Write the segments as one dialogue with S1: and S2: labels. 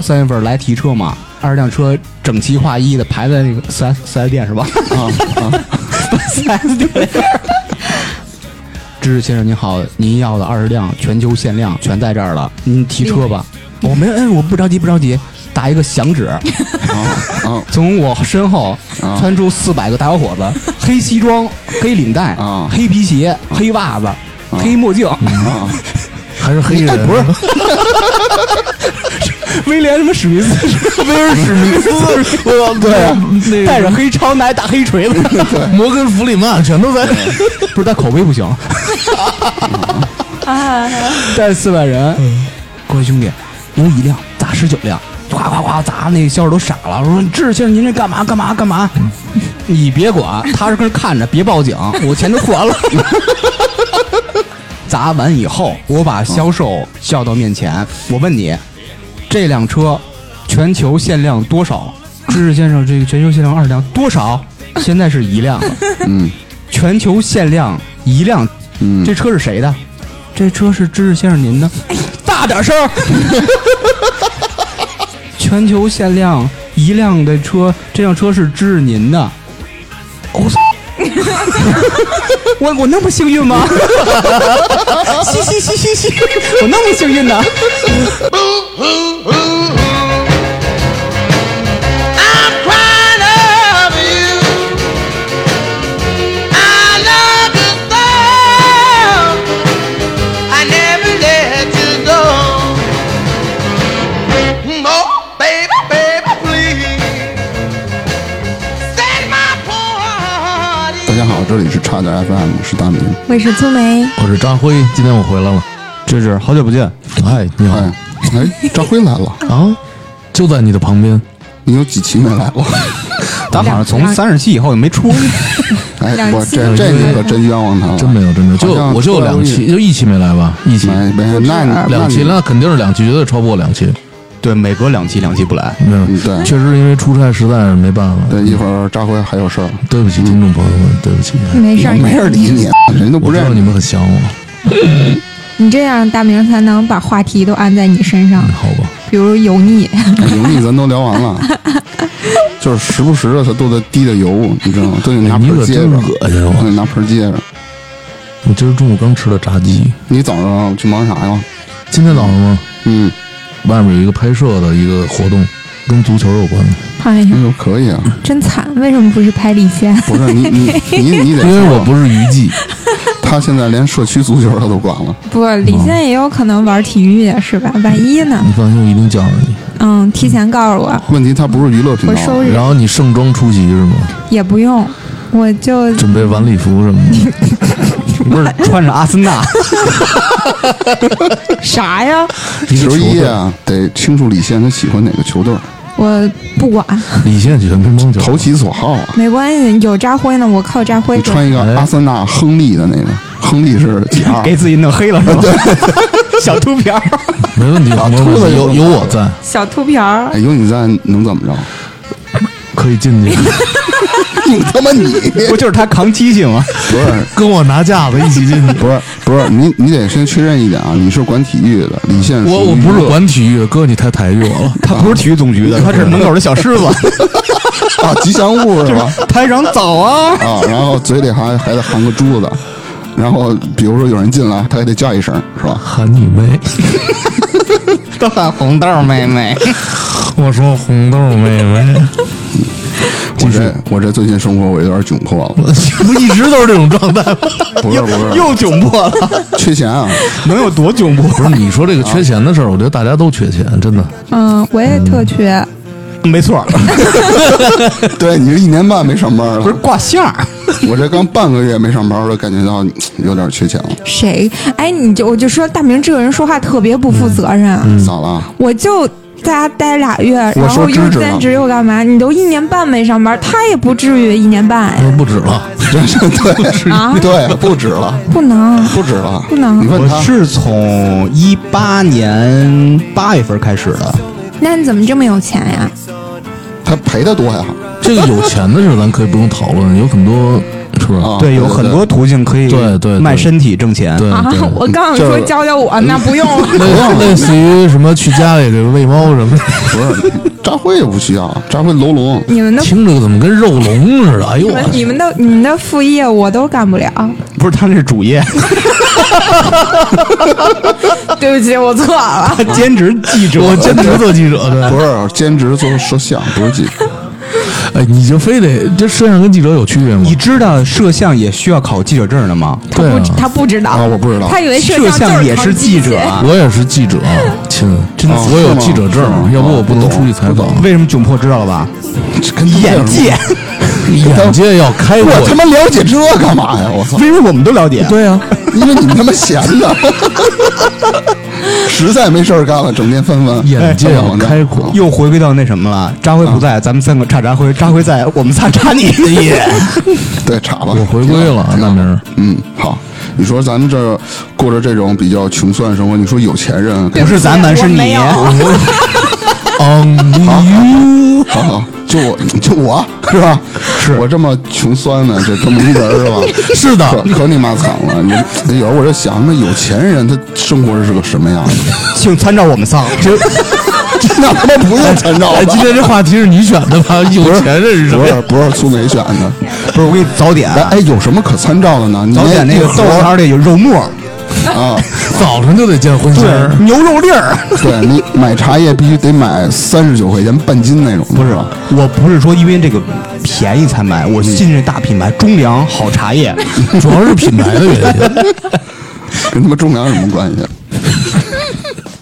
S1: 三月份来提车嘛，二十辆车整齐划一的排在那个四 S 四 S 店是 吧？啊啊，四 S 店。知识先生您好，您要的二十辆全球限量全在这儿了，您提车吧。我没，哎，我不着急，不着急。打一个响 指，
S2: 啊
S1: 从我身后
S2: 啊
S1: 窜出四百个大小伙子，黑西装、黑领带、
S2: 啊
S1: 黑皮鞋、黑袜子、黑墨镜，
S2: 啊！
S3: 还是
S1: 哎
S3: 黑哎人，不是
S1: 威廉什么史密斯
S2: 威尔史密斯，我操，对啊，
S3: 那个
S1: 带着黑超拿一大黑锤子，
S3: 摩根弗里曼全都在。
S1: 不是他口碑不行，
S4: 啊，
S1: 带四百人，各位兄弟，有一辆砸十九辆，哗哗哗砸，那销售都傻了，说志先生您这干嘛干嘛干嘛？你别管，他是跟着看着，别报警，我钱都付完了。 砸完以后，我把销售叫到面前，我问你，这辆车全球限量多少？知识先生，这个全球限量二十辆多少？现在是一辆，
S2: 嗯
S1: 全球限量一辆
S2: 嗯，
S1: 这车是谁的？这车是知识先生您的，大点声儿！ 全球限量一辆的车，这辆车是知识您的。我操！ 我我那么幸运 吗？嘻嘻嘻嘻嘻！我那么幸运呢？
S5: I'm proud of you. I love you so. I never let you go. Oh, baby, baby, please set my poor heart
S2: 大家好，这里是差点 FM，是大明。
S4: 我是粗梅，
S3: 我是张辉，今天我回来了。
S1: 芝芝，好久不见，
S3: 嗨，你好
S2: 哎哎，张辉来了，
S3: 啊，就在你的旁边。
S2: 你有几期没来了？
S1: 咱好像从三十期以后就没出。
S2: 哎，我这
S4: 两期
S2: 这你可真冤枉他了，
S3: 真没有，真没有，就
S2: 好像
S3: 我就有两期，就一期没来吧，一期，
S2: 没没，那你
S3: 两期，哎
S2: 那
S3: 那肯定是两期，绝对超不过两期。
S1: 对，每隔两期两期不来。
S3: 没有
S2: 你，对
S3: 确实因为出差实在是没办法。
S2: 对，一会儿张辉还有事儿，
S3: 对不起，听众朋友们，对不起，
S4: 没事儿，
S2: 没人理你，人都不
S3: 我知
S2: 认
S3: 道
S2: 识
S3: 你们很想我，
S4: 你这样大明才能把话题都安在你身上，
S2: 嗯
S3: 好吧？
S4: 比如油腻，
S2: 油腻咱都聊完 了，就是时不时的他都在滴着油，你知道吗？都得拿
S3: 你
S2: 盆
S3: 可
S2: 接
S3: 真
S2: 着，
S3: 恶心啊
S2: 都
S3: 我！
S2: 得拿盆接着。
S3: 我今儿中午刚吃的炸鸡，
S2: 你早上去忙啥呀？
S3: 今天早上吗？
S2: 嗯，
S3: 外面有一个拍摄的一个活动，跟足球有关，
S4: 哎
S2: 那
S4: 呀，
S2: 就可以啊。
S4: 真惨！为什么不是拍李现？
S2: 不是你你你你得
S3: 因
S2: 说，啊
S3: 为我不是娱 记，
S2: 他现在连社区足球他都管了，
S4: 不，李现也有可能玩体育是
S2: 嗯
S4: 吧？万一呢？
S3: 你放心，我一定叫上你。
S4: 嗯，提前告诉我，
S2: 问题他不是娱乐频
S4: 我
S2: 道啊
S4: 收，拾
S3: 然后你盛装出席是吗？
S2: 哎
S4: 也不用，我就
S3: 准备晚礼服什么的。
S1: 不是穿着阿森 纳，
S4: 啥呀？
S3: 一个
S2: 球
S3: 球
S2: 衣
S3: 队，
S2: 啊得清楚李现他喜欢哪个球队，
S4: 我不 管，
S3: 李现喜欢乒乓球，
S2: 投其所好啊。
S4: 没关系，有扎辉呢，我靠扎辉
S2: 你
S4: 走。
S2: 穿一个阿森纳亨利的那个，亨利是几 号？
S1: 给自己弄黑了是吧？ 小秃瓢儿。
S3: 没问题，啊没问
S2: 秃子
S3: 题，有
S2: 有
S3: 有我在，
S4: 小秃瓢儿
S2: 哎，有你在能怎么着？
S3: 可以进 去，
S2: 你他妈你
S1: 不就是他扛机器吗？
S2: 不是
S3: 跟我拿架子一起进去。
S2: 不是不是，你你得先确认一点啊，你是管体育的，李现
S3: 我
S2: 属于
S3: 我不是管体育的，哥你太抬举我 了。
S1: 他不是体育总局的，他是门口的小狮 子。
S2: 啊吉祥物是吧？
S1: 台长早啊！
S2: 啊，然后嘴里还还得含个珠子，然后比如说有人进来，他还得叫一声是吧？
S3: 喊你妹！
S1: 都喊红豆妹妹，
S3: 我说红豆妹 妹，
S2: 我这我这最近生活我有点窘迫了，
S3: 不一直都是这种状态 吗？
S2: 不是不是
S1: 又窘迫了，
S2: 缺钱 啊，
S1: 能有多窘迫？
S3: 不是你说这个缺钱的事儿，我觉得大家都缺钱，真的。
S4: 嗯，我也特缺，
S1: 没错，
S2: 对你这一年半没上班
S1: 不是
S2: 了，
S1: 挂线儿。
S2: 我这刚半个月没上班了，感觉到嗯有点缺钱了，
S4: 谁？哎，你就我就说大明这个人说话特别不负
S2: 嗯
S4: 责任，啊
S3: 嗯
S2: 咋了？
S4: 我就。在家待俩月，然后
S2: 说
S4: 又
S2: 芝芝呢
S4: 兼职又干嘛？你都一年半没上班，他也不至于一年半哎呀
S3: 那不止了，
S2: 真是对
S4: 啊
S2: 对，不止了，
S4: 不能，
S2: 不止了，
S4: 不能
S2: 你问
S1: 我
S2: 他，
S1: 是从一八年八月份开始的，
S4: 那你怎么这么有钱呀？
S2: 他赔的多呀？
S3: 这个有钱的事儿咱可以不用讨论，有很多是吧？
S2: 啊
S1: 对，有很多途径可以
S3: 对对
S1: 卖身体挣钱。
S3: 对
S4: 啊
S3: 嗯对，！
S4: 我刚想
S2: 就
S4: 说
S2: 是
S4: 教教我，那不用了。
S3: 类类似于什么去家里给喂猫什么的，
S2: 不是扎辉也不需要，扎辉楼龙
S4: 你们的
S3: 听着怎么跟肉龙似的？哎呦
S4: 你
S3: 我
S4: 们
S3: 去！
S4: 你们的你们的副业我都干不了，
S1: 不是他那是主 业，
S4: 对不起，我错了。
S1: 他兼职记者。
S3: 我兼职做记 者，对，
S2: 不是兼职做摄像，不是记者。
S3: 哎，你就非得这摄像跟记者有区别吗
S1: 你？知道摄像也需要考记者证的吗？
S4: 他
S3: 对啊
S4: 不知他不知道，
S2: 啊我不知道
S4: 他以为
S1: 摄
S4: 像就
S1: 像也
S4: 是靠
S1: 是记者啊。
S3: 我也是记者，亲，真
S2: 的
S3: 我有记者证啊
S2: 是吗，
S3: 要不我不能出去采访。
S1: 为什么窘迫知道了吧？眼界，
S3: 眼界要开阔，
S2: 我他妈了解这干嘛呀？我操！
S1: 为什么我们都了解？啊
S3: 对啊 呀，
S2: 因为你们他妈闲的， 实在没事儿干了，整天哎翻翻。
S3: 眼界要开阔。
S1: 又回归到那什么了。扎辉不
S3: 啊
S1: 在，咱们三个差扎辉；扎辉在，我们仨差你。
S2: 嗯对，查吧。
S3: 我回归了，啊大明儿，
S2: 嗯，好。你说咱们这儿过着这种比较穷酸的生活，你说有钱人，
S1: 不是咱们，是
S4: 我没
S1: 你。
S4: 有
S3: 嗯，
S2: 好好，就我，就我是吧？是我这么穷酸呢，这这么一人是吧？
S3: 是
S2: 可
S3: 的，
S2: 可你妈惨了！你有时候我就想，那有钱人他生活是个什么样的？
S1: 请参照我们仨。
S2: 那他妈不用参照
S3: 哎，
S2: 了。
S3: 今天这话题是你选的 吧？有钱人是什
S2: 不
S3: 么
S2: 是
S3: 样？
S2: 不是苏梅选的，
S1: 不是，我给你早点，啊
S2: 哎哎，有什么可参照的呢？你
S1: 早点那个
S2: 盒
S1: 豆
S2: 儿
S1: 花里有肉末，
S2: 啊，
S3: 早上就得见荤腥儿，
S1: 牛肉粒儿。
S2: 对你买茶叶必须得买三十九块钱半斤那种，
S1: 不是
S2: 吧？，
S1: 我不是说因为这个便宜才买，我信任大品牌中粮好茶叶。
S3: 主要是品牌的原 因。嗯
S2: 跟他妈中粮有什么关系？啊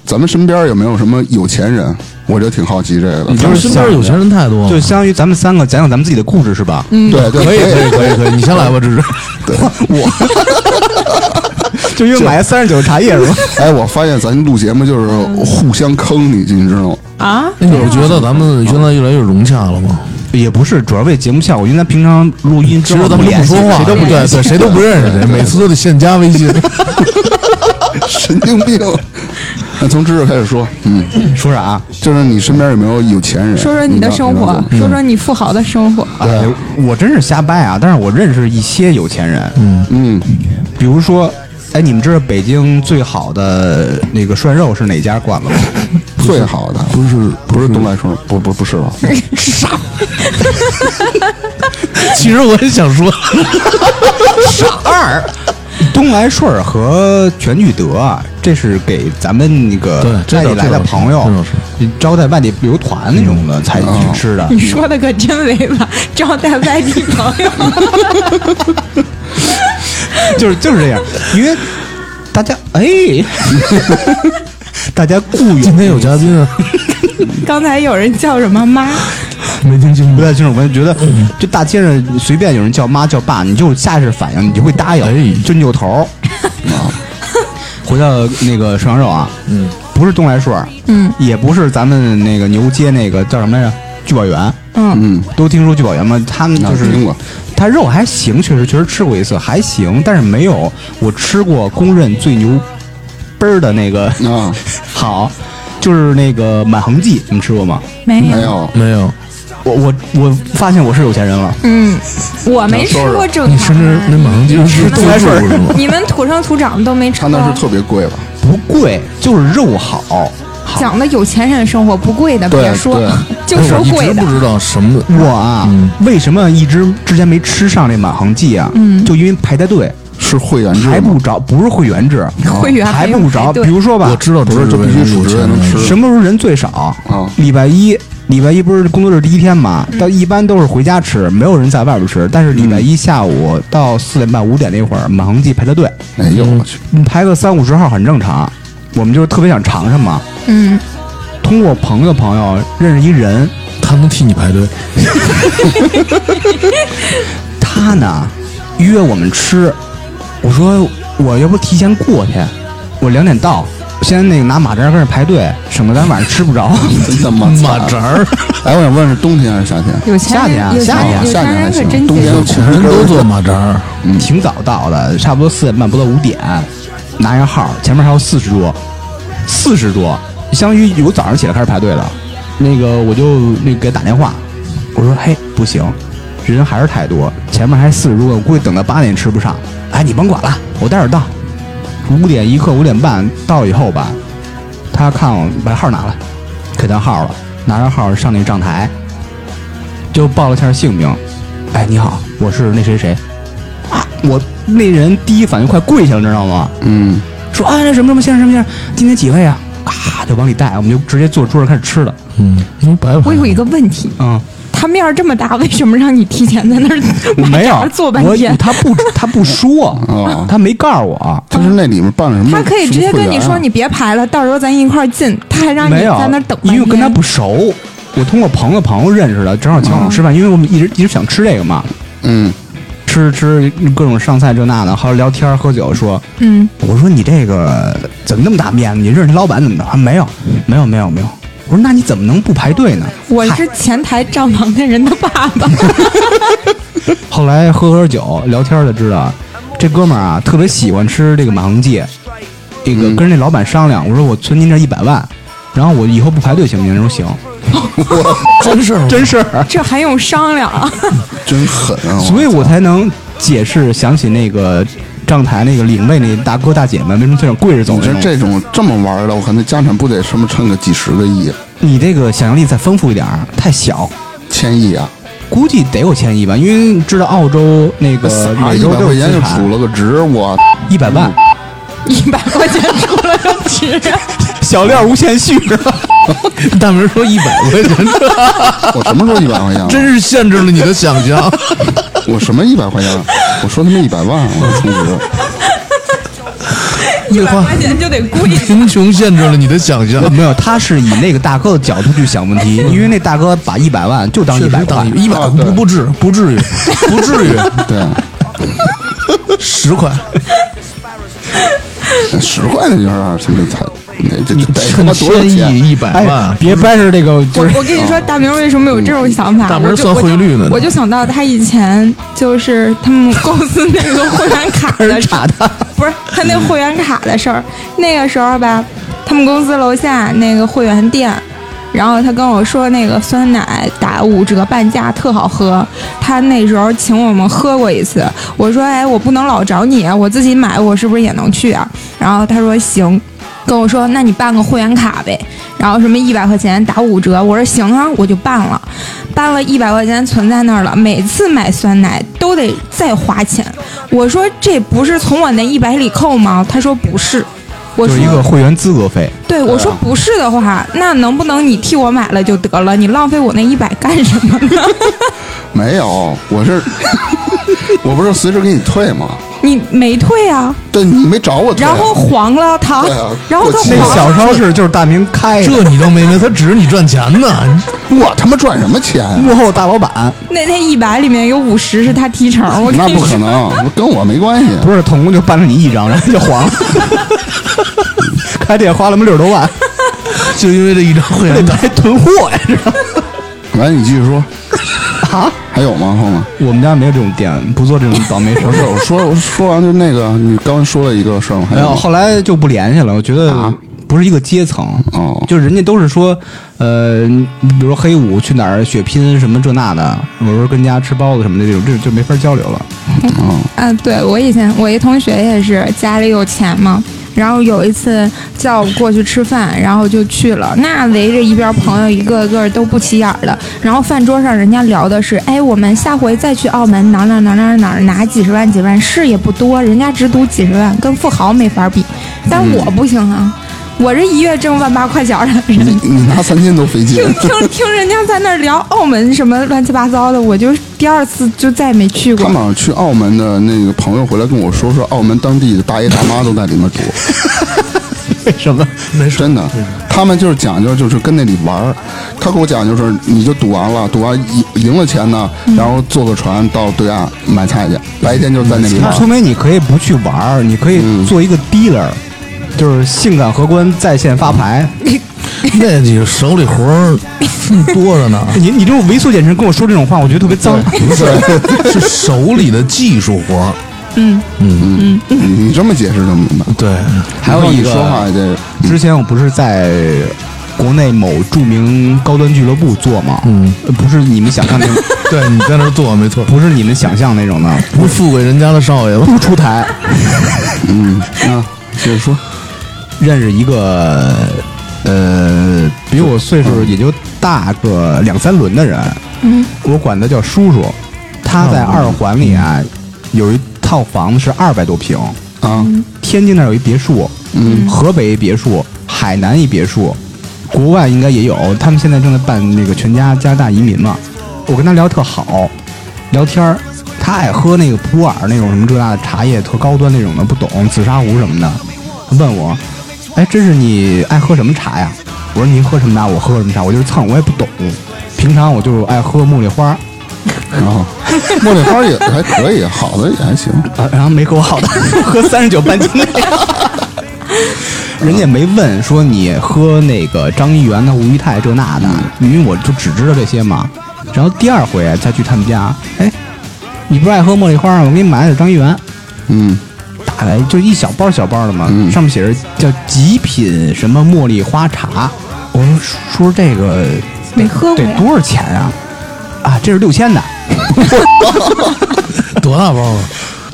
S2: 咱们身边有没有什么有钱人？我就挺好奇这个的。
S1: 就是
S3: 身边有钱人太多了
S1: 就。相当于咱们三个讲讲咱们自己的故事是吧？嗯，
S2: 对对，
S3: 可以可以可以可以，你先来吧， 芝芝。
S1: 就因为买三十九茶叶是吧？
S2: 哎，我发现咱录节目就是互相坑你，你知道吗？
S4: 啊，
S3: 哎你是觉得咱们现在越来越融洽了吗？
S1: 也不是，主要为节目效果，因为咱平常录音
S3: 其
S1: 之
S3: 实
S1: 后
S3: 咱们都
S1: 联
S3: 不
S1: 系
S3: 说话，
S1: 谁都不
S3: 对对，谁都不认识谁，每次都得现加微信。
S2: 神经病！那从知识开始说，嗯，
S1: 说啥啊？
S2: 就是你身边有没有有钱人？
S4: 说说你的
S2: 知道
S4: 生活，
S2: 知道
S4: 说说你富豪的生活。
S1: 哎，我真是瞎掰啊！但是我认识一些有钱人，嗯
S2: 嗯，
S1: 比如说，哎，你们知道北京最好的那个涮肉是哪家馆子吗？
S2: 最好的不是不是东来顺，不不不是吧？
S3: 其实我也 想说，
S1: 二，东来顺儿和全聚德啊，这是给咱们那个
S3: 对这
S1: 外
S3: 倒
S1: 地来的
S3: 这倒是
S1: 朋友
S3: 这倒是，嗯
S1: 招待外地旅游团那种的才去吃的。
S4: 你说的可真委婉，招待外地朋友。
S1: 就是就是这样，因为大家哎， 大家雇佣
S3: 今天有嘉宾啊，
S4: 刚才有人叫什么妈？
S3: 没听清
S1: 不
S2: 嗯
S3: 楚。
S1: 太清楚，我就觉得就大街上随便有人叫妈叫爸，你就下意识反应，你就会答应，
S3: 哎
S1: 就扭头。 啊回到那个涮羊肉啊，嗯，不是东来顺，嗯，也不是咱们那个牛街那个叫什么来着聚宝园，
S2: 嗯，
S1: 都听说聚宝园吗？他们就是
S2: 啊听过，
S1: 它肉还行，确实确实吃过一次，还行，但是没有我吃过公认最牛倍儿的那个
S2: 啊，
S1: 好，就是那个满恒记，你们吃过吗？
S4: 没
S2: 没
S4: 有，
S2: 有，
S3: 没有，
S1: 我我我发现我是有钱人了，
S4: 嗯，我没吃过正
S3: 你
S4: 常
S3: 甚至那
S4: 的。嗯
S3: 马上就是自助是吗？
S4: 你们土生土长都没吃
S2: 他
S4: 过
S2: 那，是特别贵吧？
S1: 不贵，就是肉好。好，
S4: 讲的有钱人生活不贵的，
S2: 对
S4: 别说
S2: 对，
S4: 就说
S3: 哎我一
S4: 贵
S3: 直
S4: 的
S3: 不。知道什么
S4: 嗯
S1: 我啊，为什么一直之前没吃上这满恒记啊？嗯，就因为排在队，
S2: 是会员制
S1: 排
S2: 吗？
S1: 不着，不是会员制，
S4: 嗯
S1: 嗯
S4: 会员
S1: 排
S4: 还有
S1: 不着。
S4: 排
S1: 比
S4: 队
S1: 如说吧，
S3: 我知道
S2: 不是
S3: 这嗯
S2: 这必须属实才能吃
S1: 什么时候人最少？
S2: 啊
S1: 礼拜一，礼拜一不是工作日第一天嘛？
S4: 嗯
S1: 到一般都是回家吃，没有人在外边吃。但是礼拜一下午到四点半、五点那会儿，满恒记排的队，
S2: 哎呦
S3: 嗯
S2: 我去，
S4: 嗯
S1: 你排个三五十号很正常。我们就是特别想尝尝嘛。
S4: 嗯，
S1: 通过朋友朋友认识一人，
S3: 他能替你排 队，
S1: 他呢约我们吃，我说我要不提前过去，我两点到，先那个拿马扎跟那排队，省得咱晚上吃不着。
S2: 真他妈
S3: 马
S2: 惨！
S3: 扎儿，
S2: 哎，我想问是冬天还是夏天？
S4: 有钱
S1: 夏天啊
S4: 人，有
S1: 夏
S4: 钱
S1: 天
S4: 人，有
S2: 夏
S4: 钱
S2: 天还
S4: 人可
S2: 行
S4: 真
S2: 冬
S4: 节
S2: 天
S4: 约。
S3: 全人都坐马扎儿，
S1: 嗯挺早到的，差不多四点半不到五点，拿一个号，前面还有四十桌，四十桌，相当于有早上起来开始排队的。那个我就那个给打电话，我说嘿不行，人还是太多，前面还四十多个，我估计等到八点吃不上。哎，你甭管了，我待会儿到，五点一刻五点半到以后吧，他看我把号拿来，给他号了，拿着号上那账台，就报了一下姓名。哎，你好，我是那谁谁。啊，我那人第一反应快跪下了，你知道吗？
S2: 嗯，
S1: 说啊，那什么什么先生什么先生，今天几位啊？啊，就往里带，我们就直接坐桌上开始吃了。
S3: 嗯，因为白
S4: 我有一个问题，
S1: 嗯，
S4: 他面儿这么大，为什么让你提前在那儿
S1: 我没有
S4: 外边坐半
S1: 我
S4: 天？
S1: 他不他 不说
S2: 哦，
S1: 他没告诉我。
S2: 他是那里面办了什么？
S4: 他可以直接跟
S2: 什
S4: 你
S2: 么
S4: 说
S2: 会员啊
S4: 你别排了，到时候咱一块儿进。他还让你
S1: 没有
S4: 在那儿等半天，
S1: 因为我跟他不熟，我通过朋友朋友认识的，正好请我们吃
S4: 哦
S1: 饭，因为我们一直一直想吃这个嘛，
S2: 嗯，
S1: 吃吃各种上菜这那的，还有聊天喝酒说，
S4: 嗯，
S1: 我说你这个怎么那么大面子？你认识老板怎么着？他说没有，没有，没有，没有。我说那你怎么能不排队呢？
S4: 我是前台账房那人的爸爸，
S1: 后来喝喝酒聊天儿才知道，这哥们儿啊特别喜欢吃这个马横芥，这个跟那老板商量，我说我存您这一百万，然后我以后不排队行不行？他说行，
S3: 真事儿，
S1: 真事
S2: 哦
S1: 儿，
S4: 这还用商量啊？
S2: 真狠啊！
S1: 所以我才能解释想起那个账台那个领位那大哥大姐们为什么最想跪着走
S2: 你
S1: 那
S2: 这
S1: 种。
S2: 这种这么玩儿的，我看那家产不得什么趁个几十个亿、
S1: 你这个想象力再丰富一点儿，太小，
S2: 千亿啊？
S1: 估计得有千亿吧，因为知道澳洲那个
S3: 呃
S2: 啥
S1: 每
S2: 一
S1: 周
S2: 百
S1: 都
S2: 块钱就
S1: 出
S2: 储了个嗯值，我
S1: 一百万，
S4: 一百块钱出来就值，
S1: 小料无限续是吧？
S3: 大明说一百块钱，
S2: 我什么时候一百块钱 了？
S3: 真是限制了你的想象。
S2: 我什么一百块钱了？我说他妈一百万，啊我充值。
S4: 一
S3: 这
S4: 百
S3: 话
S4: 块钱 就得跪下。
S3: 贫穷限制了你的想象
S1: 呃，没有，他是以那个大哥的角度去想问 题，因为那大哥把一百万就当一百块，
S3: 一百啊
S2: 对
S3: 不不至不至于，不至 于
S2: 对，啊
S3: 十块，
S2: 十块那就是二十，那才那这这得他
S3: 趁
S2: 妈多少
S3: 千
S2: 钱？哎
S3: 亿一百万，
S1: 哎别掰扯这个，
S4: 我
S1: 不是
S4: 我跟你说，大明为什么有这种想法？
S3: 嗯大明
S4: 我就
S3: 算汇率呢
S4: 我就我就想到他以前就是他们公司那 个会员卡 的事儿，不是他那会员卡的事儿。那个时候吧，他们公司楼下那个会员店。然后他跟我说，那个酸奶打五折半价，特好喝。他那时候请我们喝过一次，我说：“哎，我不能老找你，啊，我自己买，我是不是也能去啊？”然后他说：“行。”跟我说：“那你办个会员卡呗。”然后什么一百块钱打五折，我说行啊，我就办了，办了一百块钱存在那儿了。每次买酸奶都得再花钱，我说这不是从我那一百里扣吗？他说不是，我
S1: 就是一个
S4: 说
S1: 会员资格费。
S4: 对，我
S2: 嗯
S4: 说不是的话，那能不能你替我买了就得了？你浪费我那一百干什么 呢？
S2: 没有，我是我不是随时给你退吗？
S4: 你没退啊，
S2: 对你没找我退啊，
S4: 然后黄了他，
S2: 对啊
S4: 然后他
S2: 过期
S1: 那
S2: 了
S4: 黄
S1: 小
S4: 了。
S1: 超市就是大明开的，
S3: 这你都没明白，他指着你赚钱呢。
S2: 我他妈赚什么钱啊？
S1: 幕后大老板
S4: 那那一百里面有五十是他提成，我跟
S2: 那
S4: 你
S2: 不可
S4: 说
S2: 能，跟我没关系。
S1: 不是统共就办了你一张，然后就黄了， 开店花了他妈六十多万，
S3: 就因为这一张会
S1: 还
S3: 员
S1: 得
S3: 卡，
S1: 还囤货呀，知道吗？
S2: 来，你继续说。啊？ 还有吗？后面？
S1: 我们家没有这种店，不做这种倒霉事
S2: 不是，
S1: 儿。
S2: 我说我说完就那个，你刚才说了一个事儿吗？还
S1: 没有，
S2: 有
S1: 后来就不联系了。我觉得不是一个阶层，
S2: 哦
S1: 就人家都是说，呃，你比如说黑五去哪儿血拼什么这那的，我说跟家吃包子什么的这种，这就没法交流了。
S4: 啊，对我以前我一同学也是家里有钱嘛，然后有一次叫我过去吃饭，然后就去了，那围着一边朋友一个个都不起眼儿的，然后饭桌上人家聊的是，哎，我们下回再去澳门哪儿哪儿哪儿哪儿哪儿拿几十万几十万是也不多，人家只赌几十万，跟富豪没法比，但我不行啊，我这一月挣万八块钱儿的 人
S2: 你，你拿三千都费劲
S4: 听，听听人家在那儿聊澳门什么乱七八糟的，我就第二次就再也没去
S2: 他
S4: 过
S2: 们。好像去澳门的那个朋友回来跟我说，说澳门当地的大爷大妈都在里面赌，
S1: 为 什么？
S3: 没事，
S2: 真的，他们就是讲究就是跟那里玩儿。他给我讲究就是，你就赌完了，赌完赢赢了钱呢，
S1: 嗯
S2: 然后坐个船到对岸买菜去，白天就在那里
S1: 那
S2: 玩
S1: 说
S2: 儿。
S1: 明你可以不去玩儿，你可以做一个 dealer，、就是性感荷官在线发牌。
S3: 那你手里活儿多着呢。
S1: 你你这种猥琐眼神跟我说这种话，我觉得特别脏。
S3: 不是，是手里的技术活儿。
S2: 你这么解释能明白？
S3: 对，
S1: 还有一个
S2: 你说话这
S1: 之前我不是在国内某著名高端俱乐部做嘛，
S3: 嗯
S1: 呃，不是你们想象那 种，
S3: 对，你在那儿做没错，
S1: 不是你们想象那种的，
S3: 不是富贵人家的少爷吗？
S1: 不出 台，嗯
S2: 啊，接着说，
S1: 认识一个呃比我岁数也就大个两三轮的人，嗯，我管他叫叔叔。他在二环里啊，有一套房子是二百多平，
S2: 啊，
S1: 天津那儿有一别墅，嗯，河北一别墅，海南一别墅，国外应该也有。他们现在正在办那个全家加拿大移民嘛。我跟他聊特好，聊天儿，他爱喝那个普洱那种什么这那的茶叶，特高端那种的，不懂紫砂壶什么的。他问我，哎，真是你爱喝什么茶呀？我说您喝什么茶，我喝什么茶，我就是蹭，我也不懂。平常我就爱喝茉莉花儿，
S2: 然后茉莉花也还可以，好的也还行，
S1: 啊，然后没给我好的， 喝三十九半斤那个。 人家没问说你喝那个张一元的、吴裕泰这那的，因为我就只知道这些嘛。然后第二回再去他们家，哎，你不是爱喝茉莉花吗？我给你买点张一元，
S2: 嗯，
S1: 打来就一小包小包的嘛，上面写着叫极品什么茉莉花茶。我说叔叔这个
S4: 没喝过
S1: 得
S4: 呀
S1: 多少钱啊？啊，这是六千的，
S3: 多大包啊？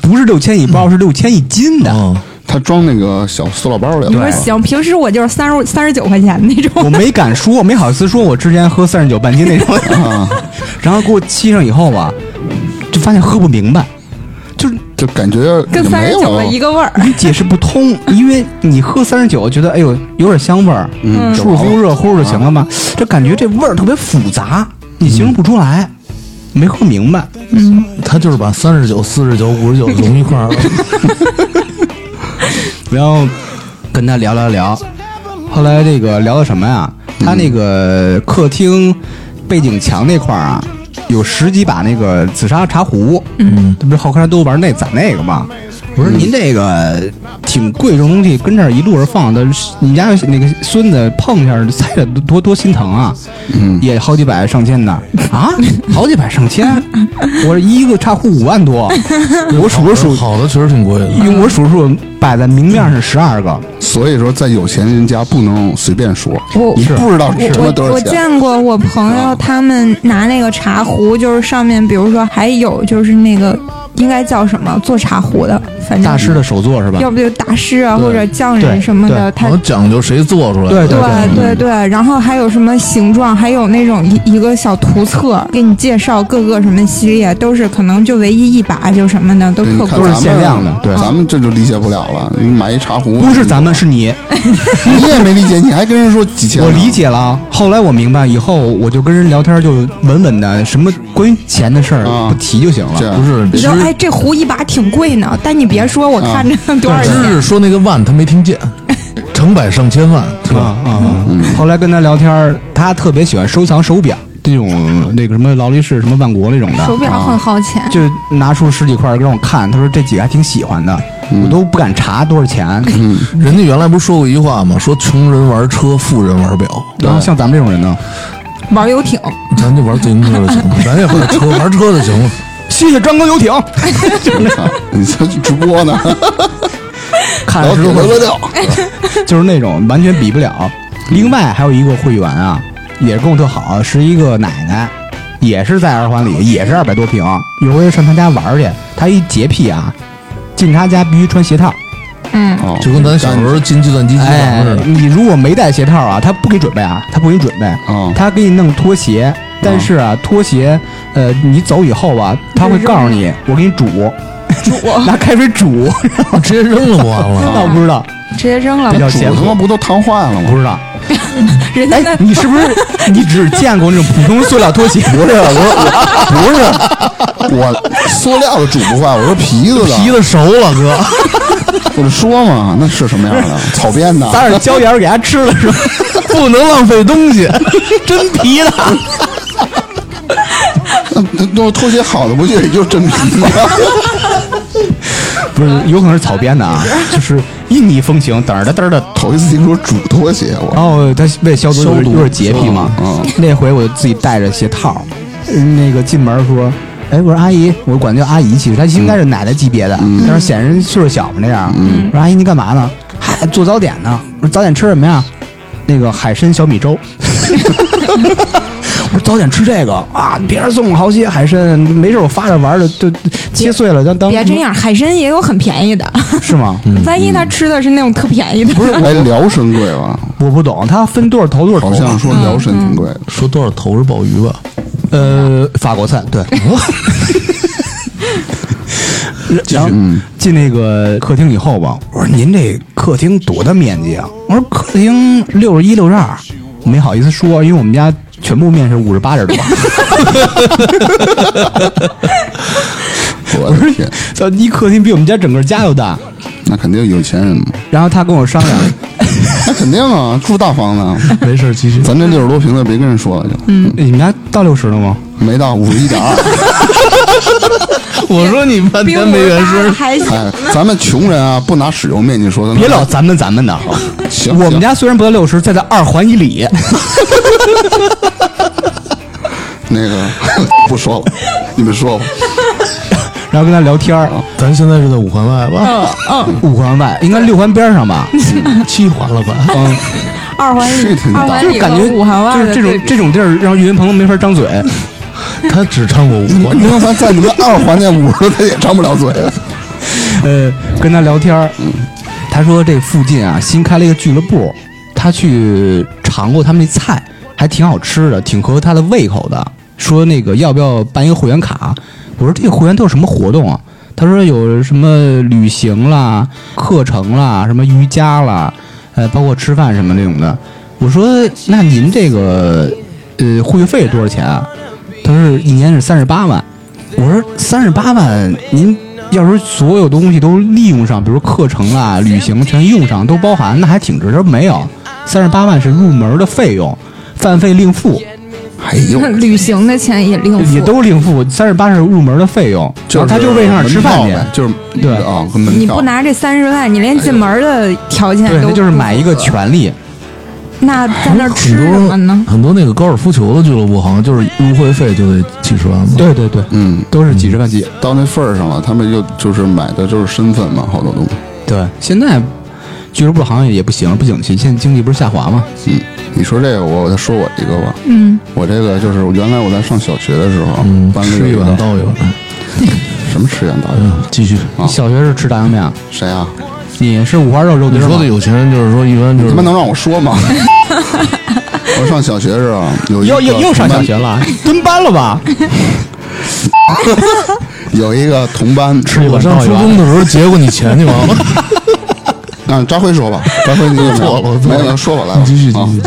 S1: 不是六千一包，是六千一斤的。
S3: 嗯，
S2: 他装那个小塑料包里
S4: 你
S2: 了，
S4: 说行，平时我就是三十三十九块钱那种。
S1: 我没敢说，没好意思说，我之前喝三十九半斤那种，然后给我沏上以后吧，就发现喝不明白，就是
S2: 就感觉
S4: 跟
S2: 也
S4: 三
S2: 没
S4: 十九
S2: 有
S4: 的一个味儿，
S1: 你解释不通，因为你喝三十九，觉得哎呦有点香味儿，
S2: 嗯
S1: 舒舒服服热乎就行了嘛，这感觉这味儿特别复杂，你形容不出来，没喝明白。
S3: 他就是把三十九、四十九、五十九融一块儿了。
S1: 然后跟他聊聊聊，后来这个聊到什么呀？他那个客厅背景墙那块儿啊，有十几把那个紫砂茶壶，嗯，这不是后开都玩那攒那个吗？我说您这个挺贵重东西，跟这儿一路着放的，你家那个孙子碰一下菜了多多心疼啊！嗯，也好几百上千的啊， 好几百上千，我说一个茶壶五万 多，我数了数，
S3: 好的确实挺贵的。
S1: 用我数数摆在明面上十二
S4: 嗯
S1: 个，
S2: 所以说在有钱人家不能随便说，
S4: 我
S2: 你不知道什么
S4: 我
S2: 多
S4: 我
S2: 少
S4: 我
S2: 钱，
S4: 见过我朋
S1: 啊
S4: 友他们拿那个茶壶，就是上面比如说还有就是那个应该叫什么做茶壶的，反正
S1: 大师的手作是吧？
S4: 要不就大师啊或者匠人什么的，他
S3: 好像讲究谁做出来
S1: 对嗯
S3: 的。
S4: 对对对，然后还有什么形状，还有那种一一个小图册，给你介绍各个什么系列，都是可能就唯一一把就什么的，都
S2: 对
S4: 特
S2: 你看
S4: 贵
S1: 都。是
S2: 咱们
S1: 限量的对
S2: 咱们这就理解不了了。你买一茶壶，
S1: 不是咱们，是你，
S2: 你也没理解，你还跟人说几千，
S1: 我理，解了。啊后来我明白，以后我就跟人聊天就稳稳的，什么关于钱的事儿
S2: 啊
S1: 不提就行
S2: 这
S1: 了。
S2: 样
S3: 不是，
S4: 你
S3: 其
S4: 知道，哎，
S3: 实
S4: 这壶一把挺贵呢，但你别说，
S1: 啊
S4: 我 看着多少
S3: 芝
S4: 钱，
S3: 是说那个万他没听 见，成百上千万是
S1: 啊
S3: 吧？
S1: 啊！啊后来跟他聊天，他特别喜欢收藏手表，这种那个什么劳力士、什么万国那种
S4: 手
S1: 的，
S4: 表很耗钱。
S1: 就拿出十几块让我看。他说这几个还挺喜欢的，我都不敢查多少钱。
S3: 人家原来不是说过一句话吗？说穷人玩车，富人玩表。
S1: 然后像咱们这种人呢，
S4: 玩游艇，
S3: 咱就玩自行车就行了，咱也玩车，玩车就行了。
S1: 谢谢张哥游艇，
S2: 我操，你这直播呢，
S1: 看
S2: 老
S1: 了之
S2: 铁
S1: 后
S2: 回归掉，
S1: 就是那种完全比不了。另外还有一个会员啊，也跟我特好，是一个奶奶，也是在二环里，也是二百多平。有回上她家玩儿去，她一洁癖啊，进她家必须穿鞋套。
S4: 嗯，
S1: 啊
S2: 哦
S3: 就跟咱小时候进计算机机
S1: 哎
S3: 房似，的，
S1: 你如果没带鞋套啊，她不给准备啊，她不给你准备，
S2: 哦
S1: 她给你弄拖鞋。但是啊，拖鞋，呃，你走以后吧，她会告诉你，我给你煮，煮 拿开水煮，
S3: 直接扔了不完了。
S1: 那我不知道，
S4: 直接扔哦了
S1: 比
S4: 吧，
S1: 较
S2: 煮
S1: 邪
S2: 他妈
S1: 乎，
S2: 不都烫坏了吗？
S1: 不 知道。
S4: 人家那
S1: 哎，你是不是你只见过那种普通塑料拖 鞋？
S2: 不是，
S1: 啊
S2: 我我不是，我塑料的煮不坏，我说皮子的，
S3: 皮子熟 了，哥，
S2: 不是说嘛，那是什么样的？草编的，
S1: 撒点椒盐儿给它吃了是吧？
S3: 不能浪费东 西。
S1: 真皮的，
S2: 那那那拖鞋好的不就也就真皮吗？
S1: 不是，有可能是草编的 啊，就是印尼风情，嘚儿的嘚儿的。
S2: 头一次听说煮拖鞋，
S1: 然
S2: 我
S1: 后哦他为了消毒，有点洁癖嘛。
S2: 嗯
S1: 那回我就自己带着鞋套，那个进门说。哎，我说阿姨，我管她叫阿姨，其实她应该是奶奶级别的，但是显嗯然岁数小嘛那样。我说阿姨，你干嘛呢？嗨，做早点呢。我说早点吃什么呀？那个海参小米粥。 我说早点吃这个啊！你别人送我好些海参，没事我发着玩儿的，就切碎了当当。
S4: 别这样，海参也有很便宜的，
S1: 是吗？
S4: 万一他
S1: 嗯
S4: 吃的是那种特便宜的，
S2: 不是，哎，辽参贵吧？
S1: 我不懂，它分多少头多少头
S2: 好
S1: 吧？
S2: 像说辽参挺贵的。
S3: 说多少头是鲍鱼吧？
S1: 呃，法国菜 对。然后进那个客厅以后吧，我说您这客厅多大面积啊？我说客厅六十一、六十二，没好意思说，因为我们家全部面是五十八点多。
S2: 我的天，
S1: 操，一客厅比我们家整个家都大。
S2: 那肯定有钱人嘛，
S1: 然后他跟我商 量，哎
S2: 那肯定啊，住大房子啊。
S3: 没事，继续。
S2: 咱这六十多平的，别跟人说了就，
S1: 你们家到六十了吗？
S2: 没到五十一 点二。
S3: 我说你半
S4: 比我
S3: 天没原声，
S4: 还行。
S1: 啊
S2: 哎，咱们穷人啊，不拿使用面积说，咱
S1: 别老咱们咱们的，
S2: 行。
S1: 我们
S2: 行
S1: 家虽然不到六十，在在二环以里。
S2: 那个 不说了，你们说吧。
S1: 然后跟他聊天儿，
S3: 咱现在是在五环外吧？
S1: 五环外应该六环边上吧？
S3: 七环了吧？
S1: 嗯，
S4: 二环
S2: 是挺大
S4: 二环
S1: 就
S4: 里
S1: 是感觉
S4: 和五环外
S1: 就
S4: 的
S1: 是这种这种地儿让岳云鹏没法张 嘴。
S3: 他只唱过五环。
S2: 你要凡在你们二环那五十，他也张不了嘴。
S1: 呃，跟他聊天儿，
S4: 嗯
S1: 他说这附近啊新开了一个俱乐部，他去尝过他们那菜，还挺好吃的，挺合他的胃口的。说那个要不要办一个会员卡？我说这个会员都有什么活动啊？他说有什么旅行啦、课程啦、什么瑜伽啦，呃，包括吃饭什么这种的。我说那您这个呃会费多少钱啊？他说一年是三十八万。我说三十八万，您要是所有东西都利用上，比如课程啊、旅行全用上都包含，那还挺值。他说没有，三十八万是入门的费用，饭费另付，
S2: 哎呦，
S4: 旅行的钱也另付，
S1: 也都另付。三十八是入门的费用，
S2: 就
S1: 然后
S2: 是
S1: 他就为上吃饭去
S2: 门票。呗，就是
S1: 对
S2: 啊，跟门票。
S4: 你不拿这三十万，你连进门的条件
S1: 哎对，
S4: 都
S1: 那就是
S4: 不
S1: 买一个
S4: 符合
S1: 权利，
S4: 那在那儿吃
S3: 很
S4: 什么呢
S3: 多？很多那个高尔夫球的俱乐部，好像就是入会费就得几十万吧。
S1: 对对对，
S2: 嗯，
S1: 都是几十万起。
S2: 到那份儿上了，他们就就是买的就是身份嘛，好多东西。
S1: 对，现在俱乐部好像也不行，不景气，现在经济不是下滑吗？
S2: 嗯，你说这个，我我再说我一个吧。
S4: 嗯，
S2: 我这个就是原来我在上小学的时候，啊
S3: 嗯，
S2: 班 里
S3: 吃一
S2: 有个
S3: 碗倒一碗。
S2: 什么吃远导演？
S3: 嗯，继续。
S2: 啊
S1: 小学是吃炸酱面，
S2: 谁啊？
S1: 你是五花肉肉
S3: 你
S1: 丁
S3: 说
S1: 吗
S3: 的？有钱人就是说一般就
S2: 你
S3: 是
S2: 他妈能让我说吗？我上小学的时候啊有一
S1: 又
S2: 个
S1: 又又上小学
S2: 同
S1: 了，蹲班了吧？
S2: 班，有一个同班吃
S3: 我上初中的时候劫过你钱，你 忘了？
S2: 让张辉啊说吧，张辉你也
S3: 错了我错
S2: 没
S3: 了
S2: 有说我来了，
S3: 你继续继
S2: 啊
S3: 续。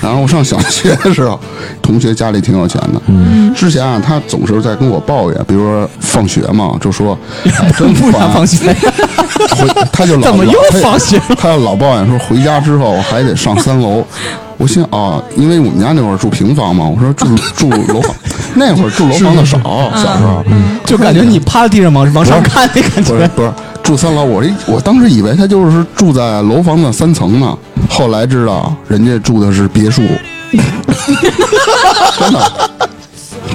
S2: 然后我上小学的时候，同学家里挺有钱的。嗯，之前啊，他总是在跟我抱怨，比如说放学嘛，就说哎真
S1: 不让
S2: 烦，
S1: 放学，
S2: 回他就老
S1: 怎么又
S2: 老
S1: 放学
S2: 他就老抱怨说回家之后还得上三楼。我心啊，因为我们家那会儿住平房嘛，我说住住楼房，那会儿住楼房的少，小时候
S1: 就感觉你趴在地上往往上看那 感
S2: 不是
S1: 觉。
S2: 不是住三楼，我这我当时以为他就是住在楼房的三层呢，后来知道人家住的是别墅， 真的。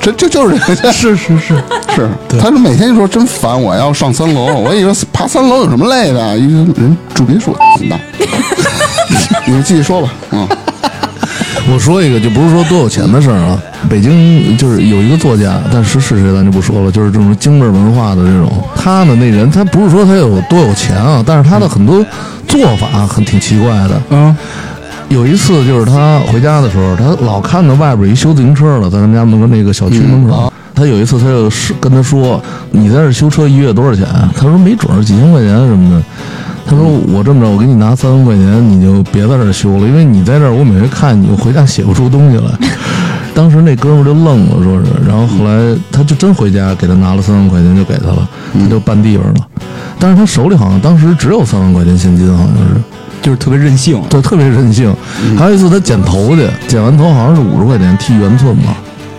S2: 这这就是人家是是是是，他说每天就说真烦，我要上三楼，我以为爬三楼有什么累的，因为人住别墅很大。 你们继续说吧，嗯，
S3: 我说一个，就不是说多有钱的事儿啊。北京就是有一个作家，但是是谁咱就不说了，就是这种京味儿文化的这种。他呢，那人他不是说他有多有钱啊，但是他的很多做法很挺奇怪的。
S1: 嗯，
S3: 有一次就是他回家的时候，他老看到外边一修自行车的，在他们家门口那个小区门口。他有一次他就是跟他说：“你在这修车一月多少钱？”他说：“没准儿几千块钱什么的。”他说：“我这么着，我给你拿三万块钱，你就别在这儿修了，因为你在这儿，我每回看你，我回家写不出东西来。”当时那哥们儿就愣了，说是，然后后来他就真回家给他拿了三万块钱，就给他了，他就办地方了。但是他手里好像当时只有三万块钱现金，好像是。
S1: 就是特别任性。
S3: 对，特别任性。还有一次他剪头去，剪完头好像是五十块钱剃圆寸嘛，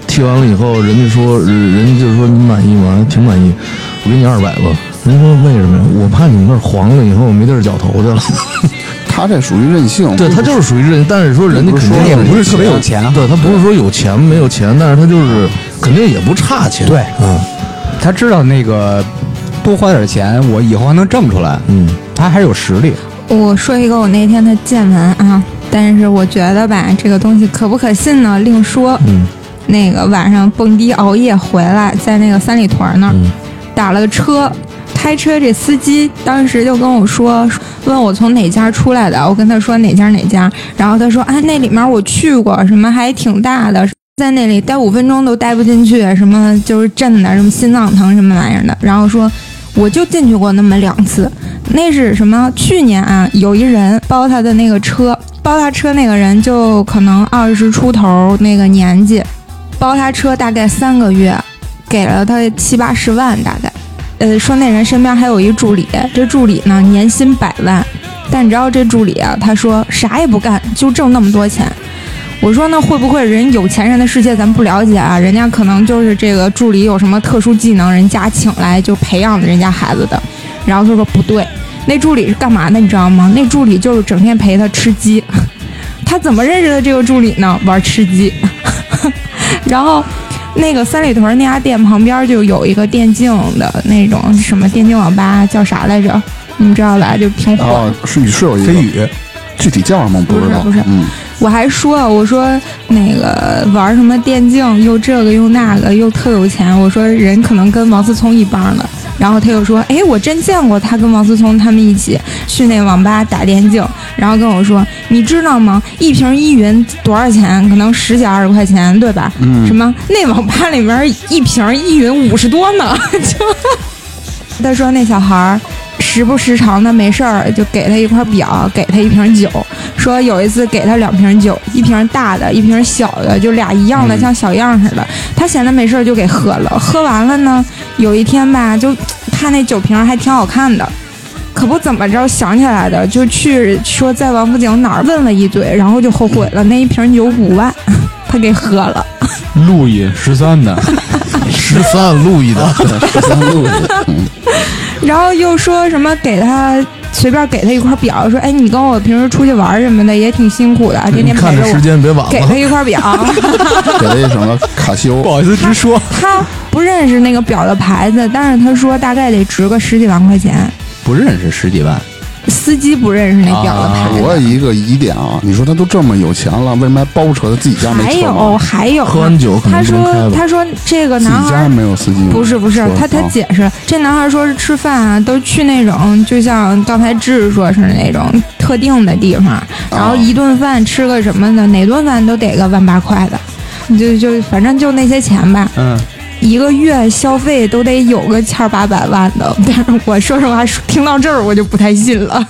S3: 剃完了以后，人家说，人人家就说你满意吗？挺满意，我给你二百吧。人家说为什么呀？我怕你那儿黄了以后，我没地儿绞头去了。
S2: 他这属于任性，
S3: 对他就是属于任，但是说人家肯定
S2: 也不
S1: 是特别有钱啊
S3: 对他不是说有钱没有钱，但是他就是肯定也不差钱。
S1: 对
S3: 嗯
S1: 他知道那个多花点钱，我以后还能挣出来。
S3: 嗯，
S1: 他还是有实力。
S4: 我说一个，我那天的见闻啊，但是我觉得吧，这个东西可不可信呢？另说。
S3: 嗯
S4: 那个晚上蹦迪熬夜回来，在那个三里屯那儿、
S3: 嗯
S4: 打了个车，开车这司机当时就跟我说，问我从哪家出来的，我跟他说哪家哪家，然后他说啊那里面我去过，什么还挺大的。在那里待五分钟都待不进去，什么就是震的，什么心脏疼什么玩意儿的。然后说，我就进去过那么两次，那是什么？去年啊，有一人包他的那个车，包他车那个人就可能二十出头那个年纪，包他车大概三个月，给了他七八十万大概。呃，说那人身边还有一助理，这助理呢年薪百万，但你知道这助理啊，他说啥也不干就挣那么多钱。我说那会不会人有钱人的世界咱不了解啊？人家可能就是这个助理有什么特殊技能，人家请来就培养人家孩子的。然后他说不对，那助理是干嘛的你知道吗？那助理就是整天陪他吃鸡。 他怎么认识的这个助理呢？玩吃鸡。 然后那个三里屯那家店旁边就有一个电竞的那种什么电竞网吧，叫啥来着？你们知道吧？就挺火的。
S2: 啊，是是有一个
S6: 飞宇，
S2: 具体叫什么我不知道，
S4: 不是不是
S2: 嗯，
S4: 我还说，我说那个玩什么电竞，又这个又那个，又特有钱。我说人可能跟王思聪一帮的。然后他又说，哎，我真见过他跟王思聪他们一起去那网吧打电竞，然后跟我说，你知道吗？一瓶依云多少钱？可能十几二十块钱，对吧？嗯。什么？那网吧里面一瓶依云五十多呢？就他说那小孩儿时不时常的没事儿就给他一块表，给他一瓶酒，说有一次给他两瓶酒，一瓶大的，一瓶小的，就俩一样的，
S3: 嗯
S4: 像小样似的。他闲着没事儿就给喝了，喝完了呢，有一天吧，就看那酒瓶还挺好看的。可不怎么着想起来的，就去说在王府井哪儿问了一嘴，然后就后悔了，那一瓶酒五万， 他给喝了。
S6: 路易十三 的，
S3: 十三路易
S1: 哦
S3: 的，
S2: 十三路，嗯，
S4: 然后又说什么给他随便给他一块表，说哎，你跟我平时出去玩什么的也挺辛苦的，天
S3: 你
S4: 天
S3: 看
S4: 陪着
S3: 这时
S4: 我。
S3: 间别晚
S4: 给
S3: 了
S4: 他。一块表，
S2: 给了一什么卡西欧
S6: 不，好意思直说，
S4: 他不认识那个表的牌子，但是他说大概得值个十几万块钱。
S1: 不认识十几万，
S4: 司机不认识那表的
S3: 啊
S4: 牌子。
S2: 我有一个疑点啊，你说他都这么有钱了，为什么还包车？他自己家
S4: 还
S2: 没车
S4: 有啊
S2: 吗？
S4: 还有呢，
S3: 喝完酒可能
S4: 他
S3: 不能开
S4: 说
S3: 了
S4: 他说这个
S2: 自
S4: 男
S2: 己
S4: 孩
S2: 家没有司机吗？
S4: 不是不是
S2: 嗯说，
S4: 他他
S2: 啊
S4: 解释，这男孩说是吃饭啊，都去那种就像刚才志说是那种特定的地方，然
S2: 哦
S4: 后一顿饭吃个什么的，哪顿饭都得个万八块的，你就就反正就那些钱吧，
S6: 嗯，
S4: 一个月消费都得有个千儿八百万的。但是我说实话，听到这儿我就不太信了。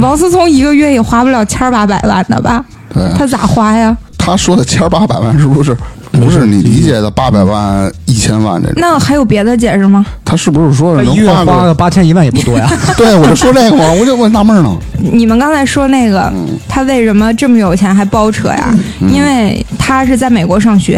S4: 王思聪一个月也花不了千儿八百万的吧？
S2: 对啊
S4: 他咋花呀？
S2: 他说的千八百万是不是不是你理解的八百万一千万这种？
S4: 那还有别的解释吗？
S2: 他是不是说是能
S6: 月
S2: 花
S6: 花
S2: 个？
S6: 个八千一万也不多呀。
S2: 对，我就说这个嘛，我就我纳闷呢。
S4: 你们刚才说那个，
S2: 嗯
S4: 他为什么这么有钱还包车呀？因为他是在美国上学，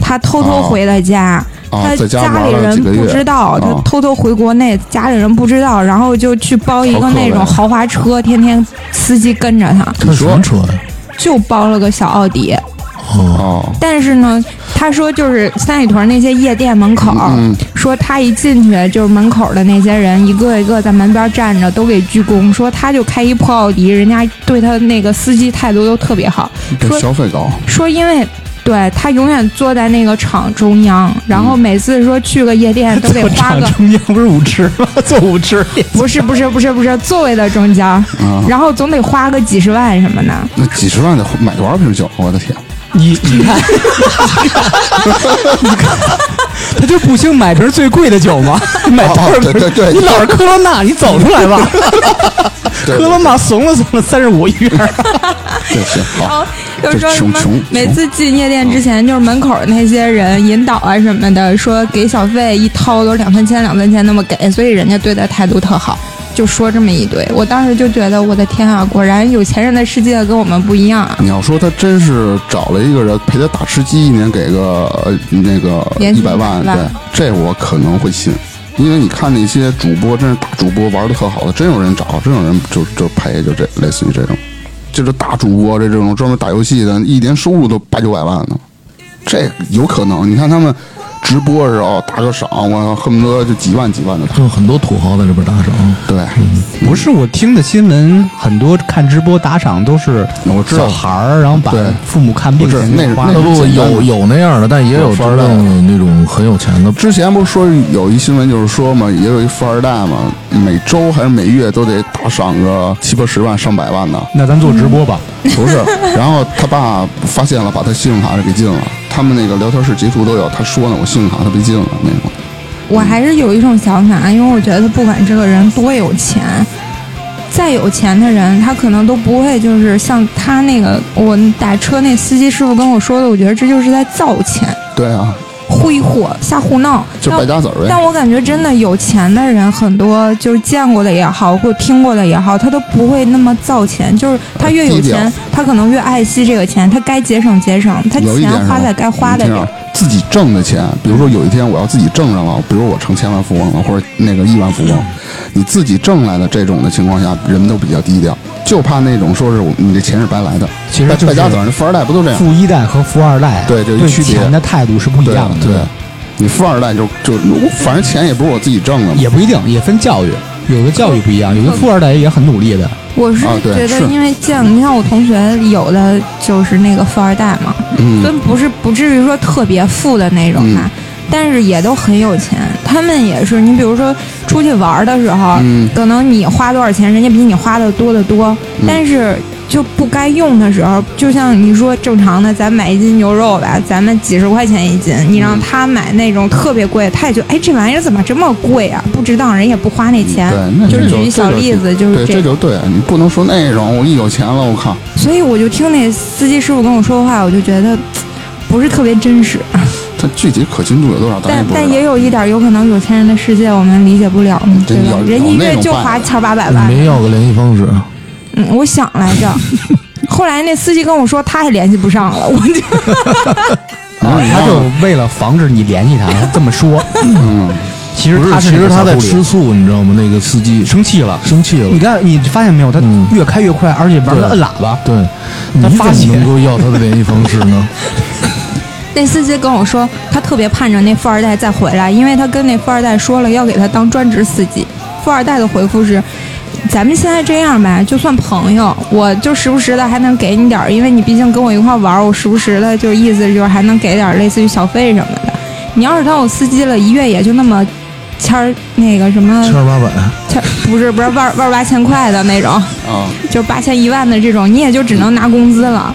S4: 他偷偷回的家。
S2: 哦
S4: 他
S2: 在家
S4: 家里
S2: 玩了
S4: 人
S2: 几个月
S4: 不知道，
S2: 哦
S4: 他偷偷回国内，家里人不知道，然后就去包一
S2: 好
S4: 个
S2: 可
S4: 那种
S2: 怜
S4: 豪华车，天天司机跟着他，
S3: 开什么车呀？
S4: 就包了个小奥迪。
S3: 哦，
S2: 哦，
S4: 但是呢，他说就是三里屯那些夜店门口，
S2: 嗯
S4: 说他一进去就是门口的那些人一个一个在门边站着都给鞠躬，说他就开一破奥迪，人家对他那个司机态度都特别好，
S2: 这
S4: 说
S2: 消费高，
S4: 说因为。对他永远坐在那个场中央，然后每次说去个夜店都得 花
S6: 厂
S4: 个
S6: 中央不是舞池吗？做舞 池，
S4: 不是不是不是不是座位的中间儿，
S2: 啊
S4: 然后总得花个几十万什么的。
S2: 那几十万得买多少瓶酒？啊我的天！
S6: 你你 看，他就不兴买瓶最贵的酒 吗？买多少
S2: 哦对对对
S6: 瓶？你老是科罗娜，你走出来吧。
S2: 对
S6: 科罗娜怂了怂了，三十五一瓶儿。
S2: 对，行
S4: 然
S2: 好
S4: 后，就
S2: 这
S4: 说什
S2: 穷
S4: 么
S2: 穷
S4: 每
S2: 穷
S4: 次进夜店之前，就是门口那些人引导啊什么的，说给小费一掏都两三千两三千那么给，所以人家对他态度特好，就说这么一堆。我当时就觉得我的天啊，果然有钱人的世界跟我们不一样啊！
S2: 你要说他真是找了一个人陪他打吃鸡，一年给个呃那个
S4: 年
S2: 一
S4: 薪
S2: 百万，
S4: 100万
S2: 对，这我可能会信，因为你看那些主播，真是大主播玩的特好的，真有人找，真有人就就陪，就这类似于这种，就是大主播这这种专门打游戏的，一年收入都八九百万呢，这有可能。你看他们直播的时候打个赏，我恨不得就几万几万的打。
S3: 就很多土豪在这边打赏，
S2: 对，
S1: 不是我听的新闻，很多看直播打赏都是
S2: 我知道
S1: 小孩儿，然后把
S2: 对
S1: 父母看病
S2: 不是
S1: 钱给
S2: 那是
S1: 花
S2: 那
S3: 那
S1: 了。
S2: 是
S3: 不
S2: 简单
S3: 有有那样的，但也有
S2: 有
S3: 真
S2: 富二代
S3: 正那种很有钱的。
S2: 之前不是说有一新闻就是说嘛，也有一富二代嘛，每周还是每月都得打赏个七八十万、上百万的。
S1: 那咱做直播吧，
S2: 不是， 然后他爸发现了，把他信用卡给禁了。他们那个聊天室截图都有，他说呢，我信用卡他被禁了那种。
S4: 我还是有一种想法，啊因为我觉得不管这个人多有钱，再有钱的人，他可能都不会就是像他那个我打车那司机师傅跟我说的，我觉得这就是在造钱、
S2: 对啊，
S4: 挥霍、瞎胡闹。
S2: 就败家子儿
S4: 但
S2: 呗。
S4: 我感觉真的有钱的人，很多就是见过的也好，或者听过的也好，他都不会那么造钱。就是他越有
S2: 低调
S4: 钱，他可能越爱惜这个钱，他该节省节省，他
S2: 有一点
S4: 钱
S2: 是吧
S4: 花在该花的
S2: 你
S4: 地
S2: 听
S4: 儿
S2: 啊。自己挣的钱，比如说有一天我要自己挣上了，比如我成千万富翁了，或者那个亿万富翁，
S4: 嗯
S2: 你自己挣来的这种的情况下，人都比较低调，就怕那种说是我你这钱是白来的。
S1: 其实
S2: 败
S1: 就
S2: 败
S1: 是
S2: 家子儿，那富二代不都
S6: 嗯
S2: 这样？
S1: 富一代和富二代
S2: 对这
S1: 对
S2: 个区别
S1: 钱的态度是不一
S2: 对
S1: 样的，
S2: 对，你富二代就就反正钱也不是我自己挣的嘛。
S1: 也不一定，也分教育，有的教育不一样，有的富二代也很努力的，
S4: 我是
S2: 啊对
S4: 觉
S2: 是
S4: 得，因为见你看我同学有的就是那个富二代嘛，
S2: 嗯，
S4: 真不是不至于说特别富的那种吧，但是也都很有钱。他们也是，你比如说出去玩儿的时候，
S2: 嗯
S4: 可能你花多少钱，人家比你花的多得多，但是。就不该用的时候，就像你说正常的，咱买一斤牛肉吧，咱们几十块钱一斤，
S2: 嗯
S4: 你让他买那种特别贵，他也觉得哎这玩意儿怎么这么贵啊？不值当，人也不花那钱
S2: 对，那。
S4: 就
S2: 这
S4: 举
S2: 就
S4: 一小
S2: 这就
S4: 例子，就是
S2: 对，这就对，你不能说那种我一有钱了，我靠，
S4: 所以我就听那司机师傅跟我说话，我就觉得不是特别真实，
S2: 它具体可信度有多少，咱也
S4: 但
S2: 不知道。
S4: 但也有一点，有可能有钱人的世界我们理解不了嘛，对
S2: 真
S4: 吧
S2: 嗯有？
S4: 人一月就
S2: 有那
S4: 花
S2: 种办法
S4: 千八百
S3: 你
S4: 万，
S3: 没要个联系方式，
S4: 嗯，我想来 着。后来那司机跟我说，他也联系不上了，我就
S2: 啊你
S1: 他
S2: 让
S1: 就为了防止你联系他，他这么说。
S2: 嗯，
S1: 其实
S3: 不
S1: 他
S3: 其
S1: 那
S3: 实
S1: 个
S3: 他
S1: 小
S3: 在
S1: 助理
S3: 吃醋，你知道吗？那个司机
S1: 生气了。
S3: 生气
S1: 你
S3: 了，
S1: 看，你发现没有？他
S3: 嗯
S1: 越开越快，而且玩的
S3: 对
S1: 摁喇叭。
S3: 对，你
S1: 他
S3: 怎
S1: 发
S3: 么
S1: 泄
S3: 能够要他的联系方式 呢？
S4: 那司机跟我说，他特别盼着那富二代再回来，因为他跟那富二代说了要给他当专职司机。富二代的回复是：咱们现在这样吧，就算朋友，我就时不时的还能给你点儿，因为你毕竟跟我一块玩儿，我时不时的就意思就是还能给点儿类似于小费什么的。你要是当我司机了，一月也就那么千儿那个什么
S3: 千儿八百，
S4: 千儿，不是不是万儿万儿八千块的那种。
S2: 啊，
S4: 就八千一万的这种，你也就只能拿工资了。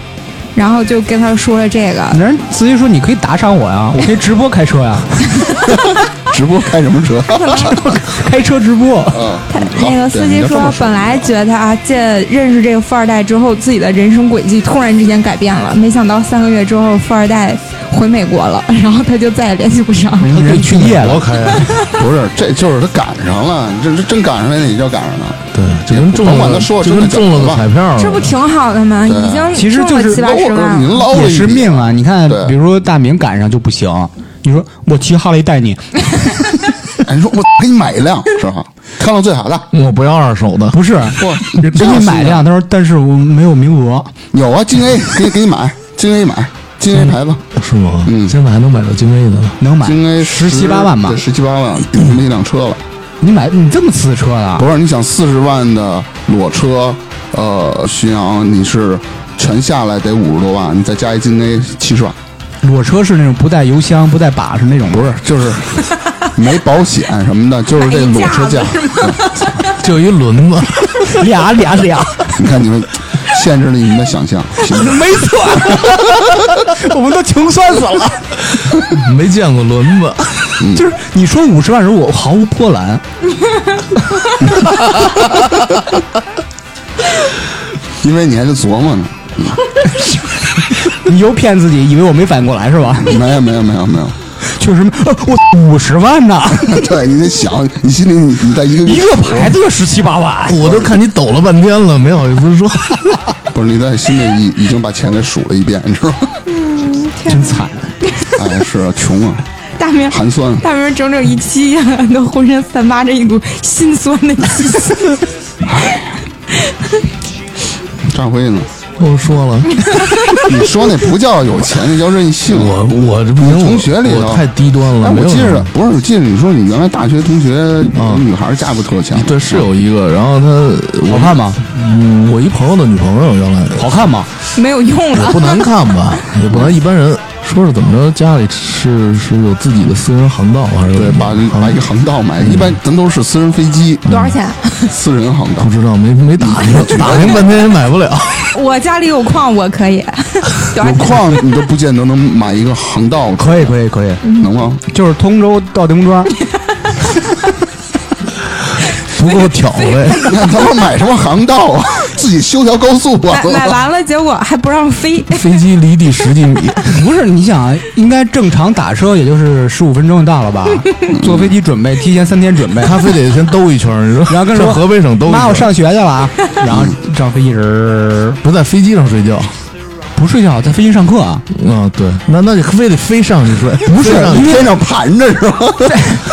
S4: 然后就跟他说了这个，
S1: 人司机说：“你可以打赏我呀，我可以直播开车呀，啊
S2: 直播开什么 车？
S4: 他本来
S1: 开车直播。
S2: 嗯，
S4: 他
S2: 好
S4: 那个司机
S2: 对你就这
S4: 说
S2: 么，
S4: 本来觉得啊，借认识这个富二代之后，自己的人生轨迹突然之间改变了，没想到三个月之后，富二代回美国了，然后他就再也联系不上。
S2: 嗯
S3: 他
S1: 人去夜了
S3: 我开，啊
S2: 不是，这就是他赶上了，这这真赶上了，那也叫赶上了。
S3: 对，就跟中
S2: 甭管
S3: 了个，
S2: 他说
S3: 就
S2: 真
S3: 跟
S2: 的
S3: 中了
S2: 假
S3: 个
S2: 的吧
S3: 彩票了，
S4: 这不挺好的吗？
S2: 对
S4: 已经
S1: 其实
S4: 中
S1: 就
S4: 了
S1: 是
S4: 七八十万
S2: 您
S4: 了。
S2: 捞了
S1: 也
S2: 一
S1: 是
S2: 笔
S1: 命啊！你看，
S2: 哦对
S1: 比如说大明赶上就不行。你说我骑哈雷带你，
S2: 哎，你说我给你买一 辆是吧？看到最好的，
S3: 我不要二 手的，
S1: 不是
S2: 我
S1: 人给你买辆，他说但是我没有名额。
S2: 有啊，金 A 给你给你买，金 A 买，金 A 牌子，
S3: 是吗？
S2: 嗯
S3: 现在还能买到金 A 的呢。
S1: 能买
S2: 金 A
S1: 十七八万吧
S2: 对，？十七八万顶他妈一辆车了。
S1: 你买你这么次车啊的，
S2: 不是，你想四十万的裸车，呃，巡洋你是全下来得五十多万，你再加一金 A 七十万，
S1: 裸车是那种不带油箱、不带把式那种吗？
S2: 不是，就是没保险什么的，
S4: 哎
S2: 就是这裸车价。
S3: 就一轮子，
S1: 俩俩俩，
S2: 你看你们限制了你们的想象，行吗
S1: 没错， 我们都穷酸死了。
S3: 没见过轮子，
S1: 就是你说五十万的时候，我毫无波澜。
S2: 因为你还在琢磨呢。
S1: 你又骗自己，以为我没反应过来是吧？
S2: 没有没有没有没 有，
S1: 确实没，呃我五十万呢，
S2: 对你得想，你心里你你在一 个
S1: 一个牌子就十七八万。
S3: 我都看你抖了半天了，没好意思说。
S2: 不是你在心里已已经把钱给数了一遍，你知道吗？
S1: 真惨，
S2: 哎，是啊，穷啊，
S4: 大明
S2: 寒酸。
S4: 大明整整一期呀都浑身散发着一股心酸的气息。
S2: 张辉呢？
S3: 我说了，
S2: 你说那不叫有钱，那叫任性。
S3: 我
S2: 啊
S3: 我这不
S2: 你
S3: 行，
S2: 同学里头
S3: 我我太低端了。
S2: 哎，
S3: 嗯没
S2: 我
S3: 有
S2: 记
S3: 什
S2: 着
S3: 么，嗯
S2: 不是，我记着你说你原来大学同学有女孩家不特强，
S3: 对，是有一个，然后他
S1: 好
S3: 我
S1: 看吗？
S3: 嗯，我一朋友的女朋友原来
S1: 好看吗？
S4: 没有用
S3: 也
S4: 了。
S3: 不难看吧，也不难。一般人说是怎么着，家里是是有自己的私人航道还是
S2: 对，把
S3: 嗯
S2: 把一个航道买，一般咱都是私人飞机，
S4: 多少钱？
S2: 私人航 道
S3: 不。知道没没打听，打听半天也买不了。
S4: 我家里有矿，我 可以。多少
S2: 有
S4: 钱？
S2: 矿你都不见得能买一个航道，
S1: 可以，可以，可以，
S2: 能吗？
S1: 就是通州到定 庄，
S3: 不够挑呗。
S2: 你看他们买什么航道啊？自己修条高速
S4: 买买
S2: 啊？
S4: 完了，结果还不让飞。
S3: 飞机离地十几米，
S1: 不是你想，啊应该正常打车也就是十五分钟就到 了吧？坐飞机准备，提前三天准备。
S3: 他非得先兜一圈儿，你说？
S1: 然后跟
S3: 上
S1: 说
S3: 河北省兜一圈
S1: 妈，
S3: 儿，
S1: 我上学去了 啊！然后上飞机时
S3: 不在飞机上睡觉。
S1: 不睡觉，在飞机上课 啊，
S3: 啊，对，那那就非得飞上去睡，不
S2: 是
S3: 上去
S2: 天上盘着 是吧？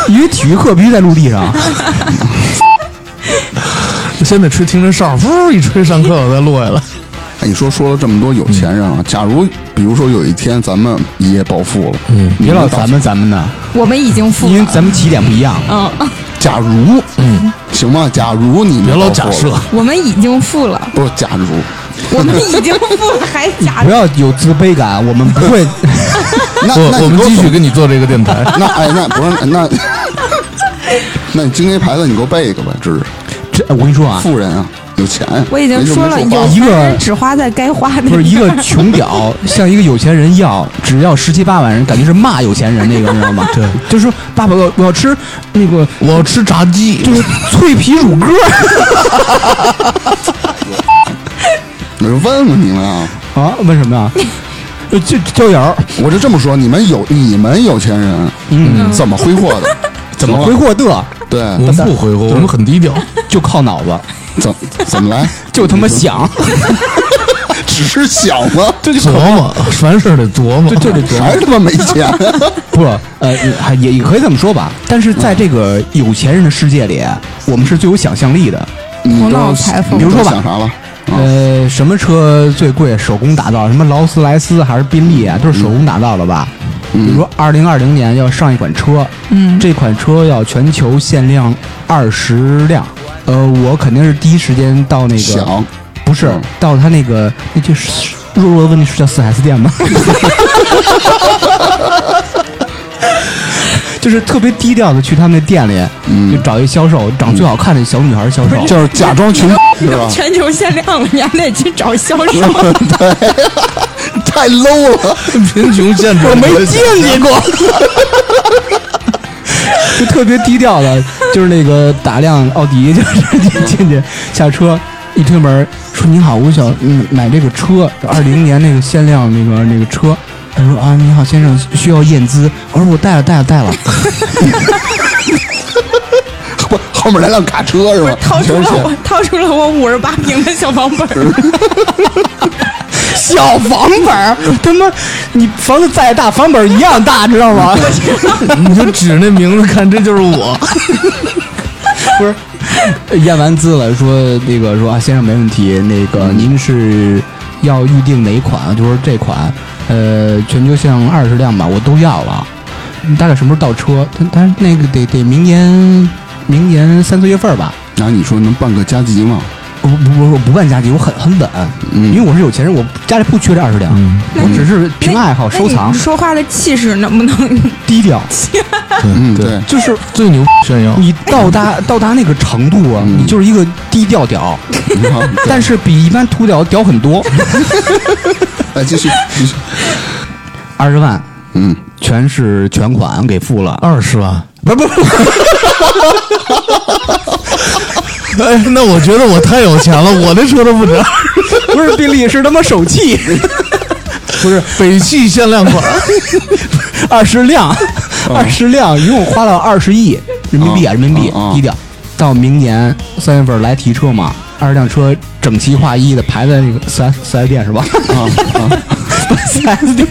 S1: 因为体育课必须在陆地上。
S3: 先得吹听着哨，呜一吹上课我再落下来。
S2: 哎你说说了这么多有钱人啊，假如比如说有一天咱们一夜暴富了，嗯，
S1: 别老咱们咱们的，
S4: 我们已经
S3: 啊
S4: 付
S1: 因为
S4: 了，
S1: 咱们起点不一样。啊
S4: 嗯，
S2: 假如，嗯，行吗？假如你
S3: 别
S2: 们
S3: 老
S2: 暴
S3: 假
S2: 富
S3: 设
S2: 了，
S4: 我们已经 付了，
S2: 不是假如，
S4: 我们已经付了，还假
S1: 不要有自卑感，我们不会。
S2: 那那
S3: 我
S2: 你
S3: 我们
S2: 给
S3: 继续
S2: 总
S3: 跟你做这个电台。
S2: 那哎，那不是那，那你京 A 牌子你给我背一个吧，知识。
S1: 这我跟你说啊，
S2: 富人啊，有钱。
S4: 我已经
S2: 没什么
S4: 说了，
S2: 话
S4: 有
S1: 一
S4: 钱
S1: 个
S4: 人只花在该花的。
S1: 不是一个穷 屌向一个有钱人要，只要十七八万人，感觉是骂有钱人那个，你知道吗？对，就是说爸爸，我我要吃那个
S3: 我要吃炸鸡，
S1: 就是脆皮乳鸽。
S2: 我就问问你们啊，
S1: 啊？问什么呀？呃，就交友
S2: 我就这么说，你们有你们有钱人，嗯，怎么挥霍的？
S1: 怎么挥？霍的，
S2: 对，
S3: 我们不挥霍，我们很低调。
S1: 就靠脑子，
S2: 怎怎么来？
S1: 就他妈想，
S2: 只是想吗？这就
S3: 琢磨，凡事得琢磨，
S1: 就这琢
S2: 还是他妈没钱。
S1: 不，呃，还也也可以这么说吧。但是在这个有钱人的世界里，我们是最有想象力的。
S2: 你
S4: 头脑
S2: 都
S4: 有财富
S1: 比
S2: 你都
S1: 如说吧
S2: 想啥了？
S1: 呃，什么车最贵？手工打造，什么劳斯莱斯还是宾利
S2: 嗯
S1: 啊，都是手工打造的吧？比如说，二零二零年要上一款车，嗯，这款车要全球限量二十辆。呃，我肯定是第一时间到那个，
S2: 想
S1: 不是
S2: 嗯
S1: 到他那个，那就是弱弱的问题是叫四 S 店吗？ 就是特别低调的去他们那店里，就找一销售，长最好看的小女孩销售，
S2: 嗯就是假装穷， 是 吧？
S4: 全球限量了，你还得去找销售。
S2: 太 low 了，
S3: 贫穷限制。我没见你过，
S1: 就特别低调的，就是那个打辆奥迪，就是进去下车，一推门说：“你好，我想嗯买这个车，二零年那个限量那个那个车。”他说：“啊，你好，先生，需要验资。”我说：“我带了，带了，带了。
S2: 不后面来辆卡车是吧？
S4: 掏出
S2: 全
S4: 了
S2: 是
S4: 我
S2: 钱，
S4: 掏出了我五十八平的小房本儿，哎
S1: 小房本儿， 他妈，你房子再大，房本儿一样大，知道 吗？
S3: 你就指那名字看，这就是我。
S1: 不是， 验完资了，说那个说啊，先生没问题，那个您是要预定哪款？啊就说这款，呃，全球限量二十辆吧，我都要了。你大概什么时候到车？他他那个得得明年，明年三四月份吧。
S2: 然后你说能办个加急吗？
S1: 我不我我不办加急，我很很稳，因为我是有钱人，我家里不缺这二十辆，我只是凭爱好收
S4: 那
S1: 藏
S4: 哎你，说话的气势能不 能？
S1: 低调。
S2: 嗯，对，
S1: 就是
S3: 最牛炫耀，
S1: 你到达到达那个程度啊，你就是一个低调屌，
S2: 你好，
S1: 但是比一般秃屌屌很多。
S2: 来哎继续，继续，
S1: 二十万
S2: 嗯，
S1: 全是全款给付了，
S3: 二十万。
S1: 不不不，
S3: 哎，那我觉得我太有钱了，我那车都不止。
S1: 不是宾利，是他妈手 气，
S3: 不是北汽限量款，
S1: 二十辆，
S3: 嗯
S1: 二十辆，一共花了二十亿人民币啊，
S2: 啊
S1: 人民币
S3: 嗯
S2: 啊啊
S1: 低调。到明年三月份来提车嘛，二十辆车整齐划一的排在那个四 S 四 S 店是吧？
S2: 啊
S3: 嗯
S2: 啊，
S1: 四 S 店。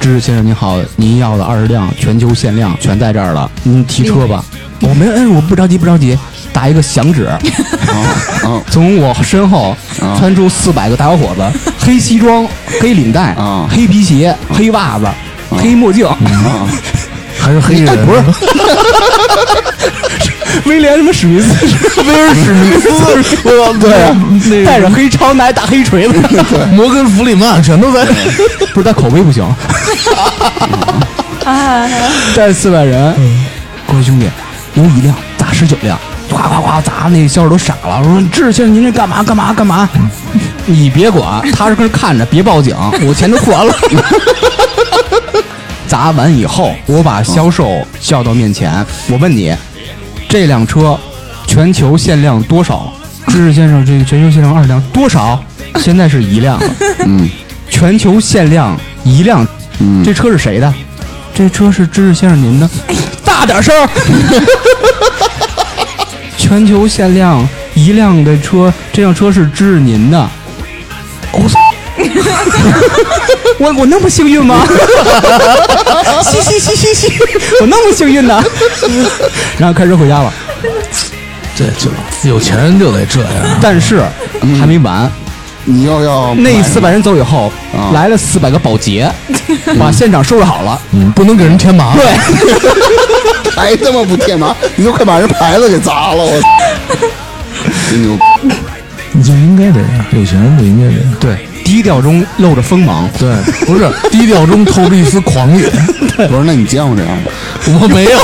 S1: 知识先生您好，您哦要的二十辆全球限量全在这儿了，您提车吧。我没，哎，我不着急，不着急。打一个响指，哦
S2: 啊
S1: 从我身后
S2: 啊
S1: 窜出四百个大小伙 子，黑西装、黑领带
S2: 啊、
S1: 黑皮鞋、黑袜子、黑墨镜，
S2: 啊！
S3: 还是黑哎人？不是，
S1: 威廉什么史密斯，威尔史密 斯，
S3: 我对
S1: 啊戴着黑超拿一大黑锤 子，
S3: 摩根弗里曼全都在。
S1: 不是他口碑不行，
S4: 啊，
S1: 带四百人，各位兄弟，有一辆砸十九辆，哗哗哗砸，那销售都傻了，说志先生您这干嘛干嘛干嘛？你别管，他是跟那看着，别报警，我钱都付完了。 砸完以后，我把销售叫到面前，我问你，这辆车全球限量多少？知识先生，这个全球限量二十辆，多少？现在是一辆了。
S2: 嗯，
S1: 全球限量一辆。
S2: 嗯
S1: 这车是谁的？这车是知识先生您的。大点声 儿！全球限量一辆的车，这辆车是知识您的。我、操！ 我我那么幸运 吗？嘻嘻嘻嘻嘻，我那么幸运 呢？然后开车回家了。
S3: 这就有钱人就得这样。
S1: 但是嗯还没完，
S2: 你又要
S1: 那四百人走以后
S2: 啊，
S1: 来了四百个保 洁，把现场收拾好了。
S3: 你嗯不能给人添麻烦。
S1: 对，
S2: 还他妈不贴 麻，你都快把人牌子给砸了，我操！真牛逼！
S3: 你就应该这样，有钱人就应该这样。
S1: 对，低调中露着锋芒。
S3: 对，不是低调中透着一丝狂 野。
S2: 不是，那你见过啊这样吗？
S3: 我没有，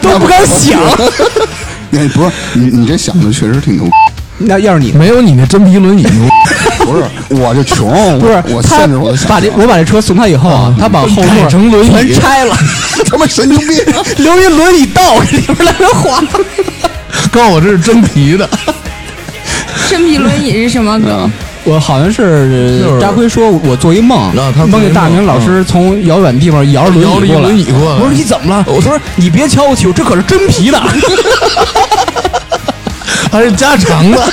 S1: 都不敢想。
S2: 那不是你，你这想的确实挺牛逼。
S1: 那要是你呢，
S3: 没有你那真皮轮椅牛。
S2: 不是，我就穷，我
S1: 不是
S2: 我
S1: 他
S2: 限制我的想
S1: 把这
S2: 法
S1: 我把这车送他以后啊，他把后
S3: 改
S1: 座
S3: 成轮椅
S1: 全拆 了，
S2: 他妈神经病！
S1: 留一轮椅道 里边来回滑。
S3: 告诉我这是真皮的，
S4: 真皮轮椅是什么
S1: 嗯
S4: 梗？
S1: 我好像
S3: 就是是
S1: 扎辉说，我做一梦
S3: 然后他，
S1: 梦见大明老师从遥远地方摇着
S3: 啊摇着
S1: 轮
S3: 一
S1: 椅过来
S3: 轮。椅过来。
S1: 我说你怎么了？我说你别瞧不起我，这可是真皮 的。
S3: 还是加长的。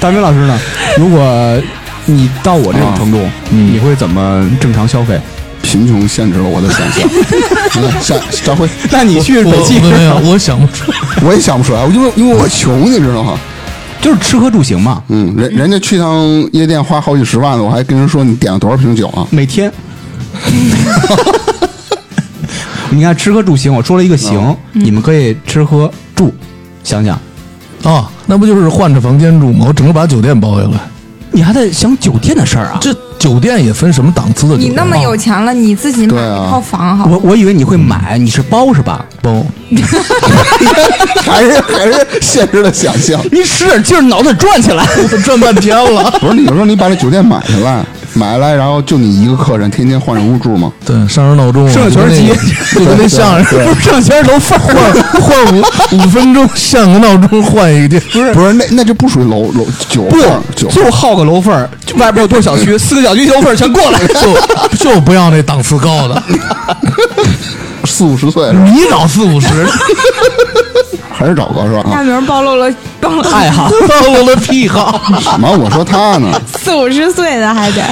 S1: 大明老师呢？如果你到我这种程
S3: 啊
S1: 度，你会怎么正常消费？
S2: 贫穷限制了我的想象。嗯下下回
S1: 那你去
S3: 我
S1: 北汽
S3: 我没有，我想不出来。
S2: 我也想不出来，因为因为我穷，你知道吗？
S1: 就是吃喝住行嘛，
S2: 嗯，人人家去趟夜店花好几十万的，我还跟人说你点了多少瓶酒 啊？
S1: 每天。你看吃喝住行，我说了一个行，你们可以吃喝住，想想，
S3: 啊，那不就是换着房间住吗？我整个把酒店包下来。
S1: 你还在想酒店的事儿啊？
S3: 这酒店也分什么档次的酒
S4: 你
S3: 店？哦
S4: 那么有钱了，你自己买
S2: 对啊
S4: 一套房好
S1: 我我以为你会买，你是包是吧？
S3: 包，
S2: 还是还是限制了想象。
S1: 你使点劲儿，脑子转起来。
S3: 我转半天了。
S2: 不是，你就说你把这酒店买下 来，买下来，然后就你一个客人，天天换着屋住吗？
S3: 对，上声闹钟，
S1: 剩下全是鸡
S3: 鸡，就跟那相声似
S2: 对
S3: 的
S2: 对
S1: 不是上全是楼缝儿，
S3: 换换 五五分钟，像个闹钟换一个地儿。不是
S2: 不是，那那就不属于楼楼酒
S1: 不
S2: 房酒
S1: 就好个楼缝儿，就外边有多小 区，四个小区楼缝儿全过来。
S3: 就就不要那档次高的，
S2: 四五十岁是吧？
S3: 你找四 五十的，
S2: 还是找个是吧？
S4: 大
S2: 啊
S4: 明暴露了暴露了
S1: 嗯爱好，
S3: 我的癖好。
S2: 什么？我说他呢？
S4: 四五十岁的还得，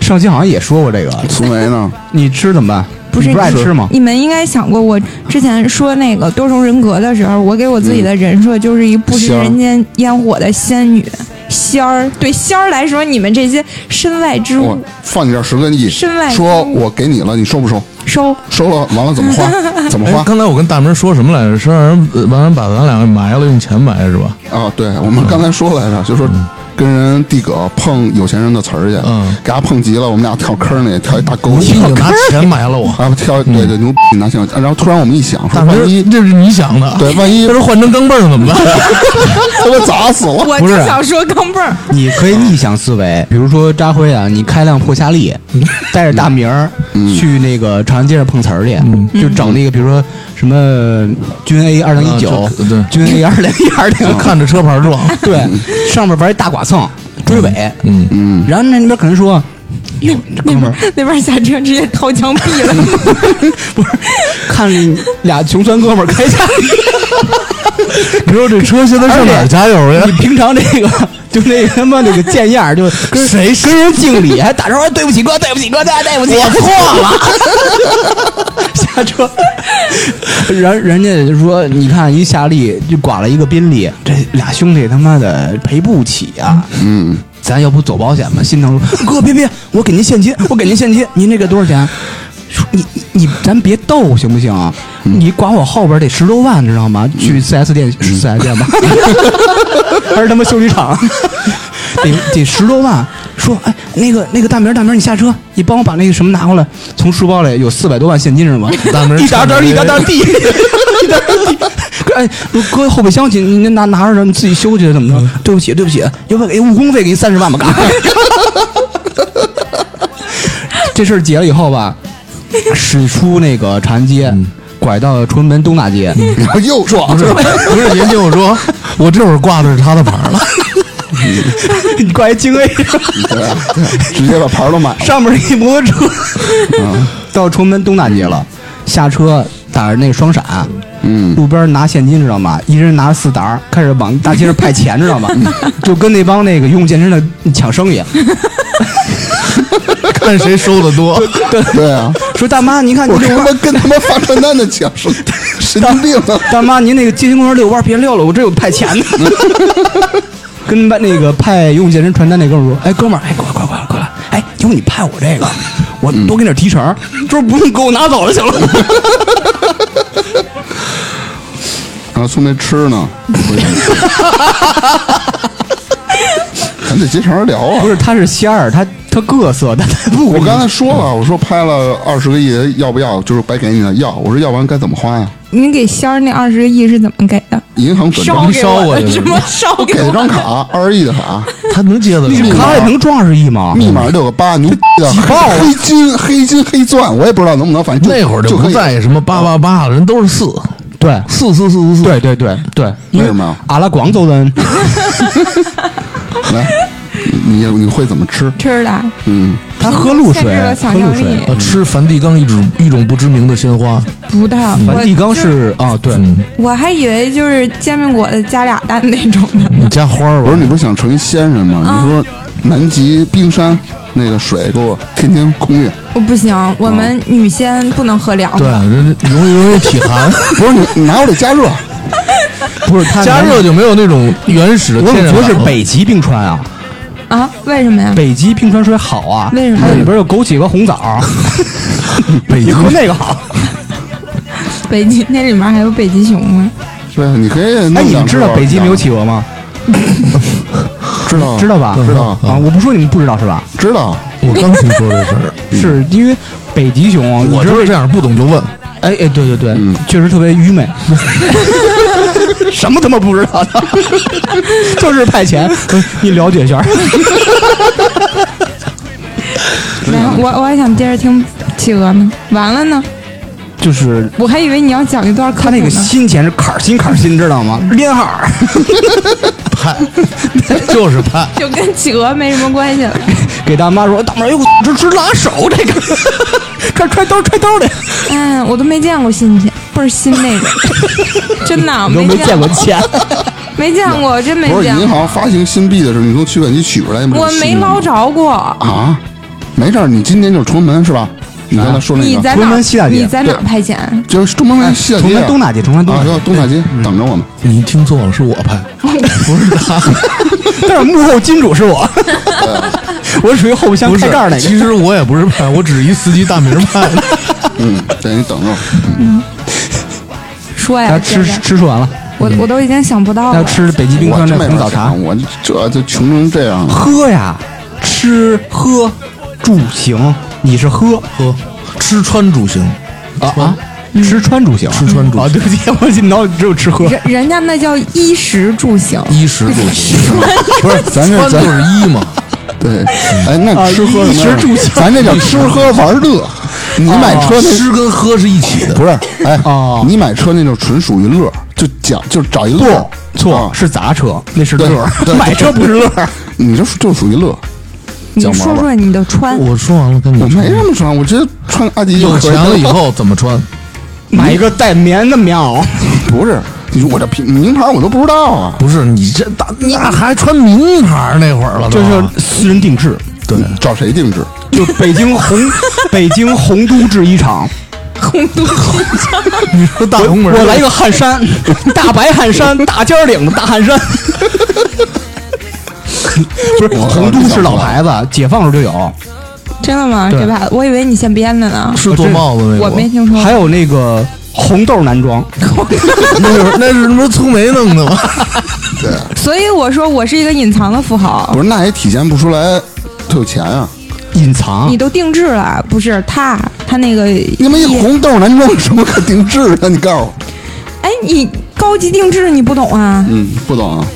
S1: 上期好像也说过这个，
S2: 苏梅呢？
S1: 你吃怎么办？
S4: 不是
S1: 你不爱吃吗？
S4: 你们应该想过，我之前说那个多重人格的时候，我给我自己
S1: 嗯
S4: 的人设就是一不食
S2: 仙儿
S4: 人间烟火的仙女仙儿。对仙儿来说，你们这些身外之
S2: 我
S4: 物
S2: 放你这儿十个亿，
S4: 身外之物
S2: 说我给你了，你收不收？
S4: 收。
S2: 收了，完了怎么花？怎么
S3: 哎
S2: 花，？
S3: 刚才我跟大明说什么来着？是让人呃完了把咱俩给埋了，用钱埋是吧？
S2: 啊，对，我们刚才说来着，就说跟人地葛碰有钱人的词儿去，
S3: 嗯
S2: 给他碰急了，我们俩跳坑里，跳一大沟
S3: 你
S2: 里，
S3: 就拿钱埋了我。
S2: 啊，跳对对牛逼拿钱，然后突然我们一想，说
S3: 大明
S2: 万一
S3: 儿，这是你想的？
S2: 对万一
S3: 要是换成钢镚儿怎么办？
S2: 他妈砸死了，
S4: 我
S1: 不
S4: 就是想说钢镚儿，
S1: 你可以逆向思维，比如说扎辉啊，你开辆破夏 利，带着大明儿去那个长安街上碰瓷儿去，就找那个比如说什么君 A 二零一九
S3: 啊这对，
S1: 君 A 二零一二零，
S3: 看着车牌撞，
S1: 对，上面玩一大剐蹭追尾，
S3: 嗯，
S2: 嗯，
S1: 然后那边可能说，哟，你这哥们儿
S4: 那边下车直接掏墙壁了。
S1: 嗯嗯看俩穷酸哥们儿开夏利，
S3: 你说这车现在上哪儿加油呀
S1: 你？平常这个就那他妈那个贱样儿，就跟谁跟人敬礼，还打招呼，哎对不起哥，对不起哥，对对不起，我错了。 下车，人人家就说，你看一夏利就剐了一个宾利，这俩兄弟他妈的赔不起啊。嗯。咱要不走保险吧？心疼说哥别别，我给您现金，我给您现金，您这个多少钱？说你你咱别逗行不行？啊你刮我后边得十多万，知道吗？去四 S 店是四 S 店吧， 还是他妈修理厂？得得十多万。说哎，那个那个大明儿大明儿，你下车，你帮我把那个什么拿过来。从书包里有四百多万现金是 吗？
S3: 大明儿
S1: 一沓沓
S3: 看着
S1: 一沓沓 递，一沓沓递。哎，我搁后备箱去，你拿拿着，你自己修去，怎么着？对不起，对不起，要不给误工费给你三十万吧？嘎。 这事儿结了以后吧，驶出那个长安街，拐到崇文门东大街，
S2: 然后又说
S3: 不是不是，您听我说，我这会儿挂的是他的牌儿了。
S1: 你挂一京 A，
S2: 对啊对啊直接把牌儿都买了。
S1: 上面一摩托 车，嗯到崇文门东大街了，下车打着那个双闪，
S2: 嗯，
S1: 路边拿现金知道吗？一人拿四沓，开始往大街上派钱知道吗？
S2: 嗯
S1: 就跟那帮那个游泳健身的抢生 意，
S3: 看谁收的多。
S2: 对啊，
S1: 说大妈您看你
S2: 我
S1: 这
S2: 他妈跟他妈发传单的抢 是神经病啊！
S1: 大妈，您那个街心公园遛弯儿别遛了，我这有派钱 的。跟班那个派游泳健身传单那哥们儿说：“哎，哥们儿，哎，过来，过来，过来，过来，哎，要不你派我这个，我
S2: 嗯
S1: 多给点提成儿，这不用给我拿走了，行 了。
S2: 然后送那吃呢，回 去咱得接茬儿聊啊
S1: 不。是，他是仙儿，他他各色，他他不
S2: 我刚才说了，我说拍了二十个亿，要不要？就是白给你的，要。我说要不然该怎么花呀？
S4: 你给仙儿那二十个亿是怎么给的？
S2: 银行转
S4: 烧
S2: 账
S4: 给我
S3: 烧
S4: 的，
S3: 我
S4: 什么烧
S2: 给
S4: 给我
S2: 了
S4: 的？
S2: 张卡，二十亿的 卡，
S3: 他能接得
S1: 你
S3: 了吗？
S1: 卡里能装二十亿吗？
S2: 密码六个八，牛逼的，黑金、黑金、黑钻，我也不知道能不能，反正就
S3: 那会儿
S2: 就
S3: 就
S2: 可
S3: 不
S2: 以
S3: 在意什么八八八了，人都是四
S1: 对
S3: 四四四四四。
S1: 对对对对，
S2: 为什么呀
S1: 阿拉广州人，
S2: 来。你你会怎么吃？
S4: 吃的，
S2: 嗯，
S1: 他喝露水
S4: 限制，了
S1: 喝
S4: 想象
S1: 露
S4: 力
S1: 水。
S3: 啊，吃梵蒂冈一种一种不知名的鲜花，
S4: 不到。
S1: 梵蒂冈
S4: 我就是
S1: 啊，对，
S3: 嗯，
S4: 我还以为就是煎饼果子加俩蛋那种的。
S3: 你加花儿
S2: 我
S3: 吧
S2: 说。你不是想成一仙人吗？你说南极冰山那个水给我天天空运，
S4: 我不行，我们
S1: 啊
S4: 女仙不能喝凉
S3: 对，
S4: 的。
S3: 人家容易容易体 寒，
S2: 不是你你拿我得加热，
S1: 不是他
S3: 加热就没有那种原始的
S1: 我
S3: 天
S1: 怎
S3: 然
S1: 么觉
S3: 感
S1: 得
S3: 了。
S1: 是北极冰川啊？
S4: 啊？为什么呀？
S1: 北极冰川水好啊，
S4: 为什么
S1: 它里边有枸杞和红枣， 北极那个好。
S4: 北极那里面还有北极熊吗？
S2: 对，啊你可以弄
S1: 哎，
S2: 两
S1: 你
S2: 只。
S1: 们知道北极没有企鹅吗？
S2: 知道
S1: 知道吧？
S2: 知道
S1: 啊！我不说你们不知道是吧？
S2: 知道，
S3: 我刚听说这事儿，
S1: 是因为北极熊，啊你嗯
S3: 我
S1: 知道
S3: 就是这样，不懂就问。
S1: 哎哎，对对对，确实特别愚 昧，什么他妈不知道的， 就是派遣。 你了解一下，
S4: 没有，我我还想接着听企鹅呢。完了呢，
S1: 就是
S4: 我还以为你要讲一段科
S1: 他
S4: 普
S1: 那个
S4: 呢。
S1: 心钱是坎儿心坎儿心，知 道吗？连号儿，
S3: 派，就是派。
S4: 就跟企鹅没什么关系了。
S1: 给大妈说，大妈有股直直拉手，这个 揣揣兜儿揣兜儿的。
S4: 嗯，我都没见过新鲜，倍儿新 那种，真的我啊
S1: 你都没见过钱，
S4: 没见过，真没
S2: 不是
S4: 见
S2: 银
S4: 过，
S2: 行发行新币的时候，你从取款机取出来吗？
S4: 哎我没捞着过。
S2: 啊，没事儿，你今天就是崇文门是吧？你
S1: 啊
S2: 刚才说那
S4: 你
S2: 个，
S4: 在
S1: 崇
S4: 哪
S1: 文
S4: 儿？
S1: 西大街
S4: 你在哪儿派钱？
S2: 就是崇文门西大
S1: 哎崇
S2: 街啊，
S1: 文东大街，崇文东
S2: 啊
S1: 大，街
S2: 要。东大街等着我们。
S3: 你听错了，是我 派，不是他，
S1: 但是幕后金主是 我，我属于后备箱
S3: 不是
S1: 开盖儿那
S3: 其
S1: 个。
S3: 实我也不是派，我只是一司机大名派的。
S2: 嗯，对，你等着我。
S4: 说呀
S1: 他，吃
S4: 姐姐
S1: 吃说完了，
S4: 我我都已经想不
S3: 哦
S4: 到
S1: 他
S4: 了。
S1: 吃北极冰
S2: 我
S1: 川
S2: 真
S1: 那
S2: 没
S1: 红
S2: 法
S1: 枣茶
S2: 想，，我这就穷成这样了。
S1: 喝呀，吃喝住行，你是喝
S3: 喝，吃穿住行，
S1: 啊啊，吃穿住行，吃
S3: 穿住行
S1: 啊，对不起，我脑里只有吃喝。
S4: 人人家那叫衣食住行，
S3: 衣食住 行，
S2: 不是，咱这
S3: 穿就
S2: 咱
S3: 是衣嘛。
S2: 对，哎，那吃喝
S1: 啊
S2: 什么
S1: 衣食住
S2: 呀？
S1: 行啊
S2: 咱这叫吃喝玩乐。你买车那
S3: 吃啊跟喝是一起的，
S2: 不是？哎
S1: 哦，
S2: 你买车那就纯属于乐，就讲就找一乐。
S1: 错
S2: 啊，
S1: 是砸车，那是乐
S2: 对
S1: 儿，
S2: 对
S1: 买车不是乐儿。
S2: 你这就属于乐。
S4: 你
S2: 讲毛
S4: 说
S2: 吧
S4: 说你的穿，
S3: 我说完了，跟
S2: 我
S3: 你说
S2: 没。什么穿，我直接穿阿迪就
S3: 有
S2: 可以
S3: 钱了以后怎么穿？
S1: 买一个带棉的棉袄，
S2: 不是，你说我这品名牌我都不知道啊，
S3: 不是你这大那还穿名牌那会儿了都，啊
S1: 这是私人定制，
S3: 对
S2: 你找谁定制？
S1: 就北京红北京红都制衣厂，
S3: 你说大
S1: 我
S3: 红门，
S1: 我来一个汗衫，大白汗衫，大尖儿领的大汗衫。不是
S2: 我
S1: 红都是老牌子，解放时候就有，
S4: 真的吗？
S1: 对
S4: 这牌子，我以为你现编的呢。
S3: 是做帽子那个
S4: 我
S3: 吗，
S4: 没听说。
S1: 还有那个红豆男装，
S3: 那是那是他妈粗眉弄的吗？
S4: 所以我说我是一个隐藏的富豪
S1: 啊
S2: 不。是，那也体现不出来他有钱啊。
S1: 隐藏
S4: 你都定制了，不是他，他那个
S2: 你们一红豆男装有什么可定制的？你告诉我，
S4: 哎，你高级定制你不懂啊？
S2: 嗯，不懂啊。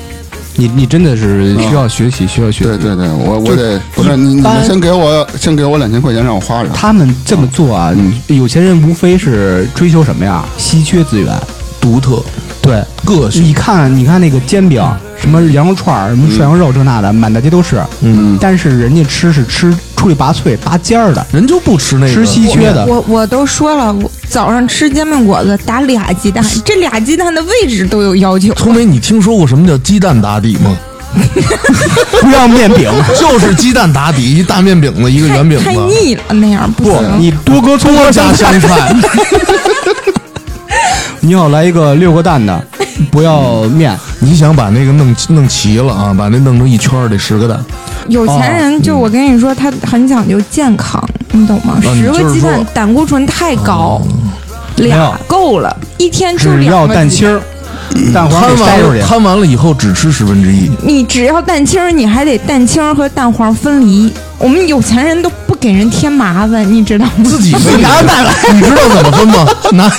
S1: 你你真的是需要学习，需要学习。
S2: 对对对，我我得不是你你
S1: 般
S2: 们先给我先给我两千块钱让我花着。
S1: 他们这么做啊，有钱人无非是追求什么呀？稀缺资源，
S3: 独特
S1: 对，
S3: 个性，
S1: 你看，你看那个煎饼，什么羊肉串儿，什么涮羊肉这那的，满大街都是。
S3: 嗯，
S1: 但是人家吃是吃出类拔萃、拔尖儿的，
S3: 人就不吃那个
S1: 吃稀缺的。
S4: 我我都说了，我早上吃煎饼果子打俩鸡蛋，这俩鸡蛋的位置都有要求。
S3: 聪梅，你听说过什么叫鸡蛋打底 吗？
S1: 不要面 饼，
S3: 就是鸡蛋打底，一大面饼子，一个圆饼
S4: 太
S3: 子，
S4: 腻了，那样不行。
S1: 你多搁葱
S3: 多加香菜。
S1: 你要来一个六个蛋的，不要 面。
S3: 你想把那个弄弄齐了啊，把那弄成一圈儿得十个蛋。
S4: 有钱
S1: 啊
S4: 人就我跟你说，他很讲究健康，你懂吗？
S3: 啊你
S4: 十
S3: 就是
S4: 个鸡蛋
S3: 说
S4: 胆固醇太高，
S1: 哦没
S4: 俩
S1: 有
S4: 够了，一天就
S1: 只要
S4: 两个
S1: 蛋
S4: 鸡
S1: 清
S4: 蛋。
S1: 儿，蛋黄
S3: 摊
S1: 给塞
S3: 完
S1: 出
S3: 了，
S1: 去。
S3: 摊完了以后只吃十分之一。
S4: 你只要蛋清儿，你还得蛋清儿和蛋黄分离。我们有钱人都不给人添麻烦，你知道吗？
S3: 自己拿蛋来，你知道怎么分吗？ 拿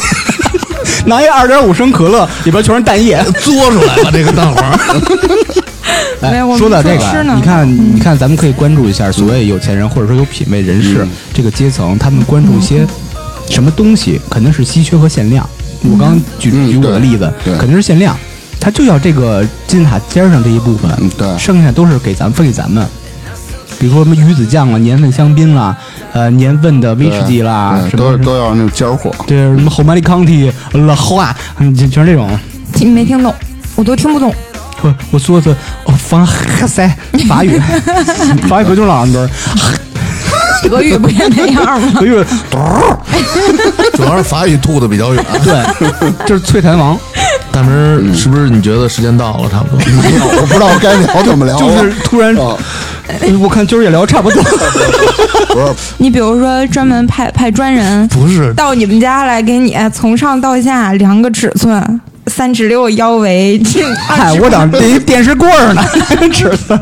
S1: 拿一二点五升可乐，里边全是蛋液。
S3: 嘬出来了这个蛋黄。
S4: 没有我们
S1: 哎说到这
S4: 说吃
S1: 个，啊
S4: 呢
S1: 你看，
S2: 嗯
S1: 你看，咱们可以关注一下所谓有钱人或者说有品位人
S2: 嗯
S1: 士这个阶层，他们关注一些什么东西，肯定是稀缺和限量。我刚刚举
S2: 嗯
S1: 举我的
S2: 对
S1: 例子，
S2: 对
S1: 肯定是限量，他就要这个金字塔尖儿上这一部分
S2: 嗯，对
S1: 剩下都是给咱们分给咱们。比如说什么鱼子酱啊、年份香槟啦、呃年份的威士忌啦，
S2: 对
S1: 什
S2: 都
S1: 么
S2: 是都要那种尖 货。
S1: 对什么 Homaly County、La Hoa，嗯就全是这种。
S4: 你没听懂，我都听不 懂。
S1: 我我说的哦，法塞法语，法语不就老你知道？
S4: 俄语不也那样吗？
S1: 德语
S3: 主要是法语吐的比较远。
S1: 对，这是脆弹王，
S3: 大明儿，是不是你觉得时间到了？差不多。
S2: 我不知道该聊怎么聊
S1: 就
S2: 了。
S1: 是突然，哎
S2: 啊
S1: 我看今儿也聊差不多，
S2: 不是，
S4: 你比如说，专门派派专人
S3: 不是，
S4: 到你们家来，给你哎从上到下量个尺寸，三尺六腰围，
S1: 嗨，哎我当电电视棍儿呢， 尺寸。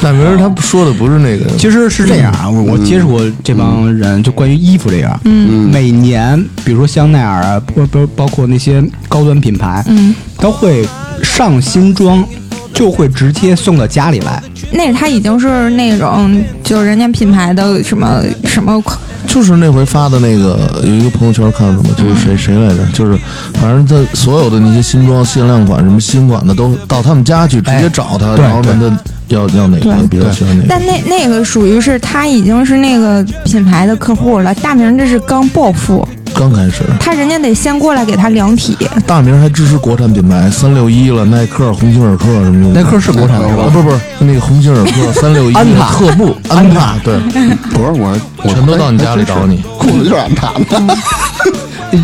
S3: 大明儿他说的不是那个，
S1: 其实是这样啊，我我接触过这帮人，就关于衣服这样，嗯，每年比如说香奈儿啊，包包包括那些高端品牌，嗯，都会上新装，就会直接送到家里来，
S4: 那他已经是那种就是人家品牌的什么什么
S3: 就是那回发的那个，有一个朋友圈看到的嘛，就是谁谁来着，就是反正他所有的那些新装、限量款、什么新款的，都到他们家去直接找他，
S1: 对
S3: 然后问他要要哪个
S4: 对
S3: 比较喜欢哪个。
S4: 但那那个属于是他已经是那个品牌的客户了，大明这是刚暴富，
S3: 刚开始，
S4: 他人家得先过来给他量体，
S3: 大明还支持国产品牌，三六一了，耐克、鸿星尔克什么的。
S1: 耐克是国产的是吧
S3: 啊？不是不是，那个鸿星尔克、 三六一、
S1: 安踏
S3: 特步、安踏，对，
S2: 不是我，我
S3: 全都到你家里找你。
S2: 裤子就是俺谈
S1: 嗯
S2: 的。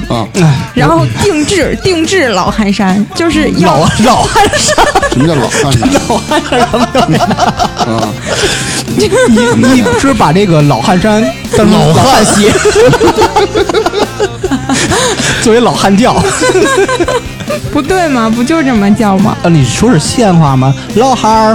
S2: 啊，
S4: 然后定制定制老汗衫，就是
S3: 啊
S4: 要
S1: 老汉
S2: 什么叫老汉 呢？
S1: 你你不是把这个老汉衫当老汉鞋， 作为老汉调？
S4: 不对吗？不就这么叫吗？
S1: 啊，你说是县话吗？老汉儿，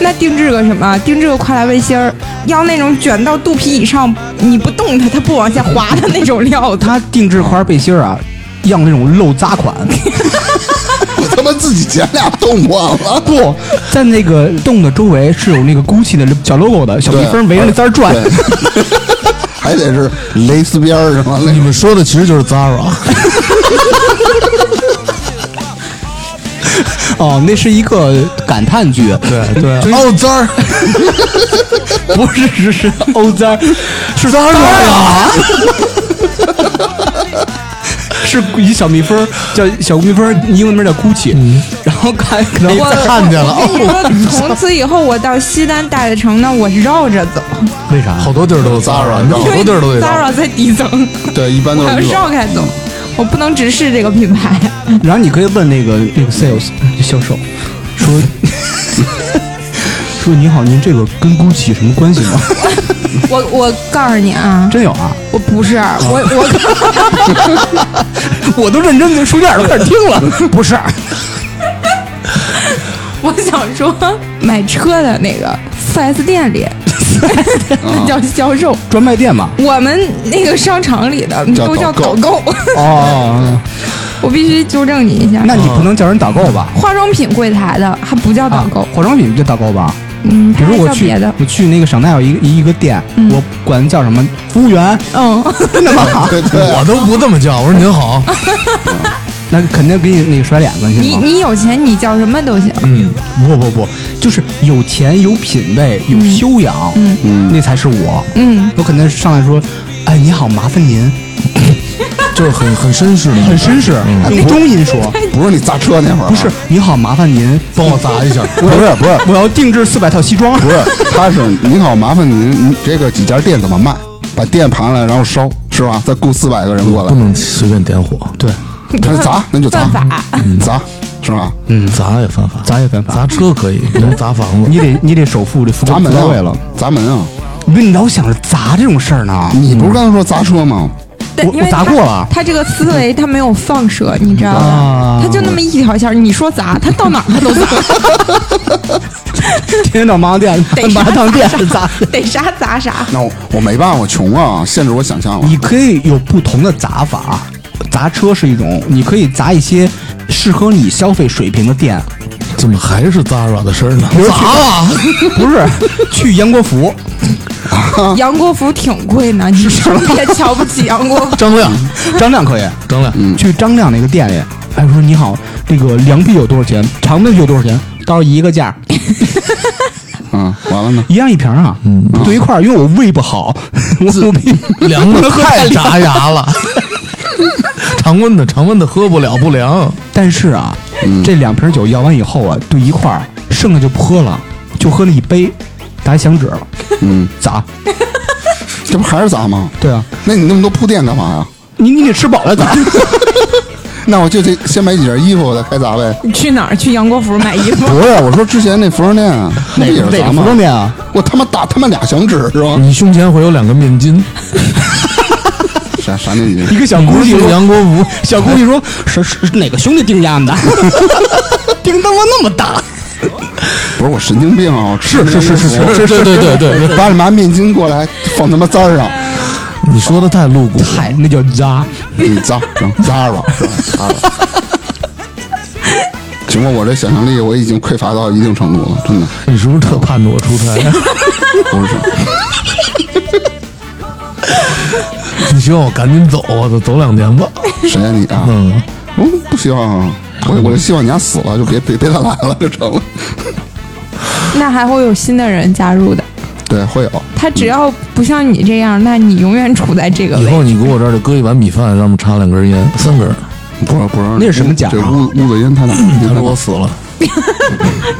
S4: 那定制个什么？定制个快来背心儿，要那种卷到肚皮以上，你不动它，它不往下滑的那种料子。
S1: 他定制块背心儿啊，要那种露扎 款，
S2: 我他妈自己剪俩啊洞忘了。
S1: 不在那个洞的周围是有那个 GUCCI 的小 logo 的小蜜蜂围着那杆儿转。
S2: 对， 还得是蕾丝边儿上
S3: 你
S2: 那
S3: 们说的其实就是 Zara，
S1: 哦，那是一个感叹句。
S3: 对对
S1: 就是
S3: 奥兹儿，
S1: 不是是是欧三儿，是
S3: Zara
S1: 啊
S3: 呀，
S1: 是一小蜜蜂儿，叫小蜜蜂儿，英文名叫 Gucci，、然后看看一
S4: 我
S3: 看见了哦
S4: 我跟你说，从此以后我到西单大悦城呢，我是绕着走。
S1: 为啥？
S3: 好多地儿都有 Zara，你知道哦好多地儿都有
S4: Zara 在底层，
S2: 对，一般都
S4: 我
S2: 是这种
S4: 要绕开走，我不能直视这个品牌。
S1: 然后你可以问那个那个 sales 销售，说说您好，您这个跟 GUCCI 有什么关系吗？
S4: 我我告诉你啊，
S1: 真有啊，
S4: 我不是我我
S1: 我都认真的书店都开始听了，不是。
S4: 我想说，买车的那个4 S 店
S1: 啊
S4: 里叫销售，
S1: 专卖店嘛，
S4: 我们那个商场里的
S2: 叫
S4: 都叫
S2: 导
S4: 导购。
S1: 哦，
S4: 我必须纠正你一下，
S1: 那你不能叫人导购吧？
S4: 化妆品柜台的还不叫导购，
S1: 化妆品就导购吧。
S4: 嗯，
S1: 比啊如
S4: 它
S1: 我
S4: 还叫
S1: 去
S4: 别的，
S1: 我去那个省奈有一个一个店，我管叫什么服务 员，
S4: 嗯，
S1: 真的吗？
S2: 啊对对，
S3: 我都不这么叫，我说您好，
S1: 那肯定给你那个甩脸子，你
S4: 你
S1: 信吗？
S4: 你有钱你叫什么都行，
S3: 嗯，
S1: 不不不，就是有钱有品位有修养，嗯，那才是我。
S4: 嗯，
S1: 我肯定是上来说，哎，你好，麻烦您，
S3: 就是很很绅士的那
S1: 很
S3: 种，
S1: 绅士，用中音说，
S2: 不是你砸车那会儿啊，
S1: 不是你好，麻烦您，
S3: 帮我砸一 下，
S2: 不是不是
S1: 我要定制四百套西装。
S2: 不是，他是您好，麻烦您，你这个几家店怎么卖？把店盘来，然后烧，是吧？再雇四百个人过
S3: 不
S2: 来，
S3: 能随便点火，
S1: 对，
S2: 他砸那就砸
S4: 犯，法。
S2: 嗯砸是吧？
S3: 嗯，砸也犯法，
S1: 咱也犯法，
S3: 砸 车可以，能砸房子，
S1: 你得你得首付这付
S2: 砸
S1: 款
S2: 门
S1: 到位
S2: 啊
S1: 了。，
S2: 砸门啊！
S1: 你你老想着砸这种事儿呢，
S2: 你不是刚才说砸车吗？
S4: 但
S1: 我
S4: 因为
S1: 我砸
S4: 他
S1: 过了
S4: 他这个思维他没有放射，你知道吧
S1: 啊？
S4: 他就那么一条线儿，你说砸，他到哪儿他都 砸，
S1: 天天到麻将店、
S4: 得
S1: 麻将店砸。
S4: 逮啥砸啥。
S2: 那我我没办法，我穷啊，限制我想象了。
S1: 你可以有不同的砸法，砸车是一种，你可以砸一些适合你消费水平的 店，
S3: 怎么还是 Zara 的事儿呢？。
S1: 砸啊！不是，去杨国福，啊
S4: 杨国福挺贵呢，你别瞧不起杨国福
S3: 张亮，
S1: 嗯张亮可以，嗯
S3: 张亮，
S1: 去张亮那个店里，哎，说你好，这个凉皮有多少钱？长的有多少钱？到时候一个价，
S2: 嗯，完了呢？
S1: 一样一瓶啊，嗯，对一块儿，因为我胃不好， 我
S3: 凉的太扎牙了，常温的常温的喝不了不凉，
S1: 但是啊，
S3: 嗯
S1: 这两瓶酒要完以后啊，兑一块儿，剩下就不喝了，就喝那一杯，打一响指了，
S2: 嗯，
S1: 砸。
S2: 这不还是砸吗？
S1: 对啊，
S2: 那你那么多铺垫干嘛呀？
S1: 你你得吃饱了 砸。
S2: 那我就得先买几件衣服，我再开砸呗。
S4: 你去哪儿？去杨国福买衣服？
S2: 不是，我说之前那服装店啊，那不也是砸
S1: 服
S2: 吗？
S1: 装店啊？
S2: 我他妈打他妈俩响指是吧？
S3: 你胸前会有两个面 巾，
S2: 啥啥那句？
S1: 一个小姑
S3: 不是
S1: 娘说
S3: 杨国 福，
S1: 小姑娘说是是是哪个兄弟定家 的？叮当了那么大，
S2: 不是我神经病啊！是
S1: 是是是是
S3: 对对对对对，
S2: 把你妈面巾过来放他妈簪儿上，
S3: 你说的太露骨了，
S1: 嗨，那叫渣。
S2: 你扎让扎吧，是吧扎 吧。行吧，我这想象力我已经匮乏到一定程度了，真的
S3: 你是不是特盼着我出 差？
S2: 不是。
S3: 你希望我赶紧走啊，走走两年吧。
S2: 谁呀你啊？
S3: 嗯，
S2: 我不希望啊，我我就希望你家死了，就别别别再来了就成了。
S4: 那还会有新的人加入的。
S2: 对，会有。
S4: 他只要不像你这样，那你永远处在这个
S3: 以
S4: 位置。
S3: 后你给我这儿就搁一碗米饭，让我们插两根烟，三根儿。
S2: 不是不是，
S1: 那是什么奖啊
S2: 这屋屋子烟 太大，
S3: 他
S2: 他
S3: 说我死了，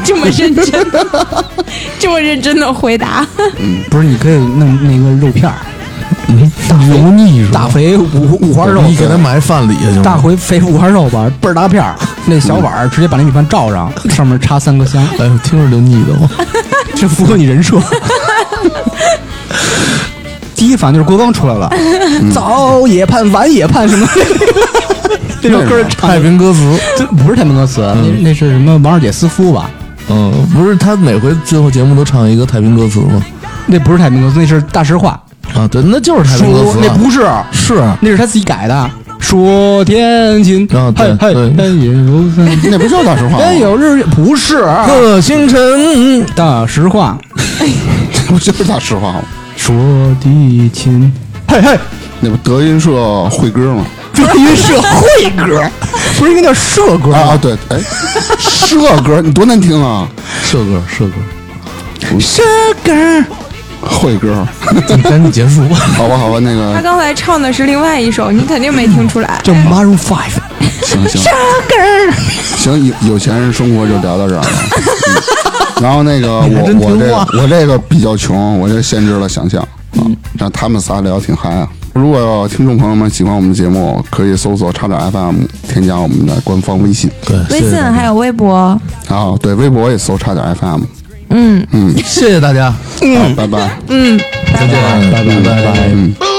S4: 这么认真 的，这么认真的回答。
S3: 哎
S1: 不是，你可以弄那个肉片儿，
S3: 油腻是
S1: 嗯大
S3: 吧？
S1: 肥五五花肉，
S3: 你给他买饭啊礼去。
S1: 大回肥五花肉吧，倍儿大片 儿，那小碗儿直接把那米饭罩上，上面插三个香，
S3: 嗯 哎呦，听着就腻得慌。
S1: 这符合你人 设。第一反应就是郭刚出来了，
S3: 嗯
S1: 早也盼，晚也盼， 什么？这首歌唱
S3: 太平歌词，
S1: 这不是太平歌词，啊那那是什么？王二姐思夫吧？
S3: 嗯，不是他每回最后节目都唱一个太平歌词吗？
S1: 那不是太平歌词，那是大实话。
S3: 啊，对，那就是太平歌词啊。
S1: 那不是，
S3: 是
S1: 那是他自己改的。说天晴，
S3: 啊对
S1: 嘿嘿
S3: 对
S1: 嘿也如三，
S2: 那不叫大实话吗
S1: 哎？ 有日月不是啊
S3: 个星辰，
S1: 大实话。
S2: 不就是大实话吗？
S1: 说地勤，嘿嘿，
S2: 那不德云社会歌吗？
S1: 德云社会 歌，不是应该叫社歌吗？
S2: 啊啊对，哎，社歌你多难听啊！
S3: 社歌社歌，
S1: 社歌，
S2: 会歌，
S3: 咱赶紧结束吧。
S2: 好吧，好吧，那
S4: 他
S2: 个
S4: 刚才唱的是另外一首，你肯定没听出来。
S1: 叫 Maroon Five，
S2: 行 行行，有有钱人生活就聊到这儿了。嗯然后那个
S3: 你还
S2: 我
S3: 真
S2: 我
S3: 听
S2: 这
S3: 话
S2: 个 我这个比较穷，我这限制了想象啊，让他们仨聊挺嗨啊。如果有听众朋友们喜欢我们的节目，可以搜索“差点 FM”，添加我们的官方微信。
S3: 对，
S4: 微
S3: 呃谢
S4: 信
S3: 谢大家
S4: 还有微博，
S2: 啊，对，微博也搜“差点 FM”。
S3: 谢谢大家，
S2: 嗯，拜拜。
S4: 嗯，拜拜。
S3: 拜拜拜拜。
S5: Blue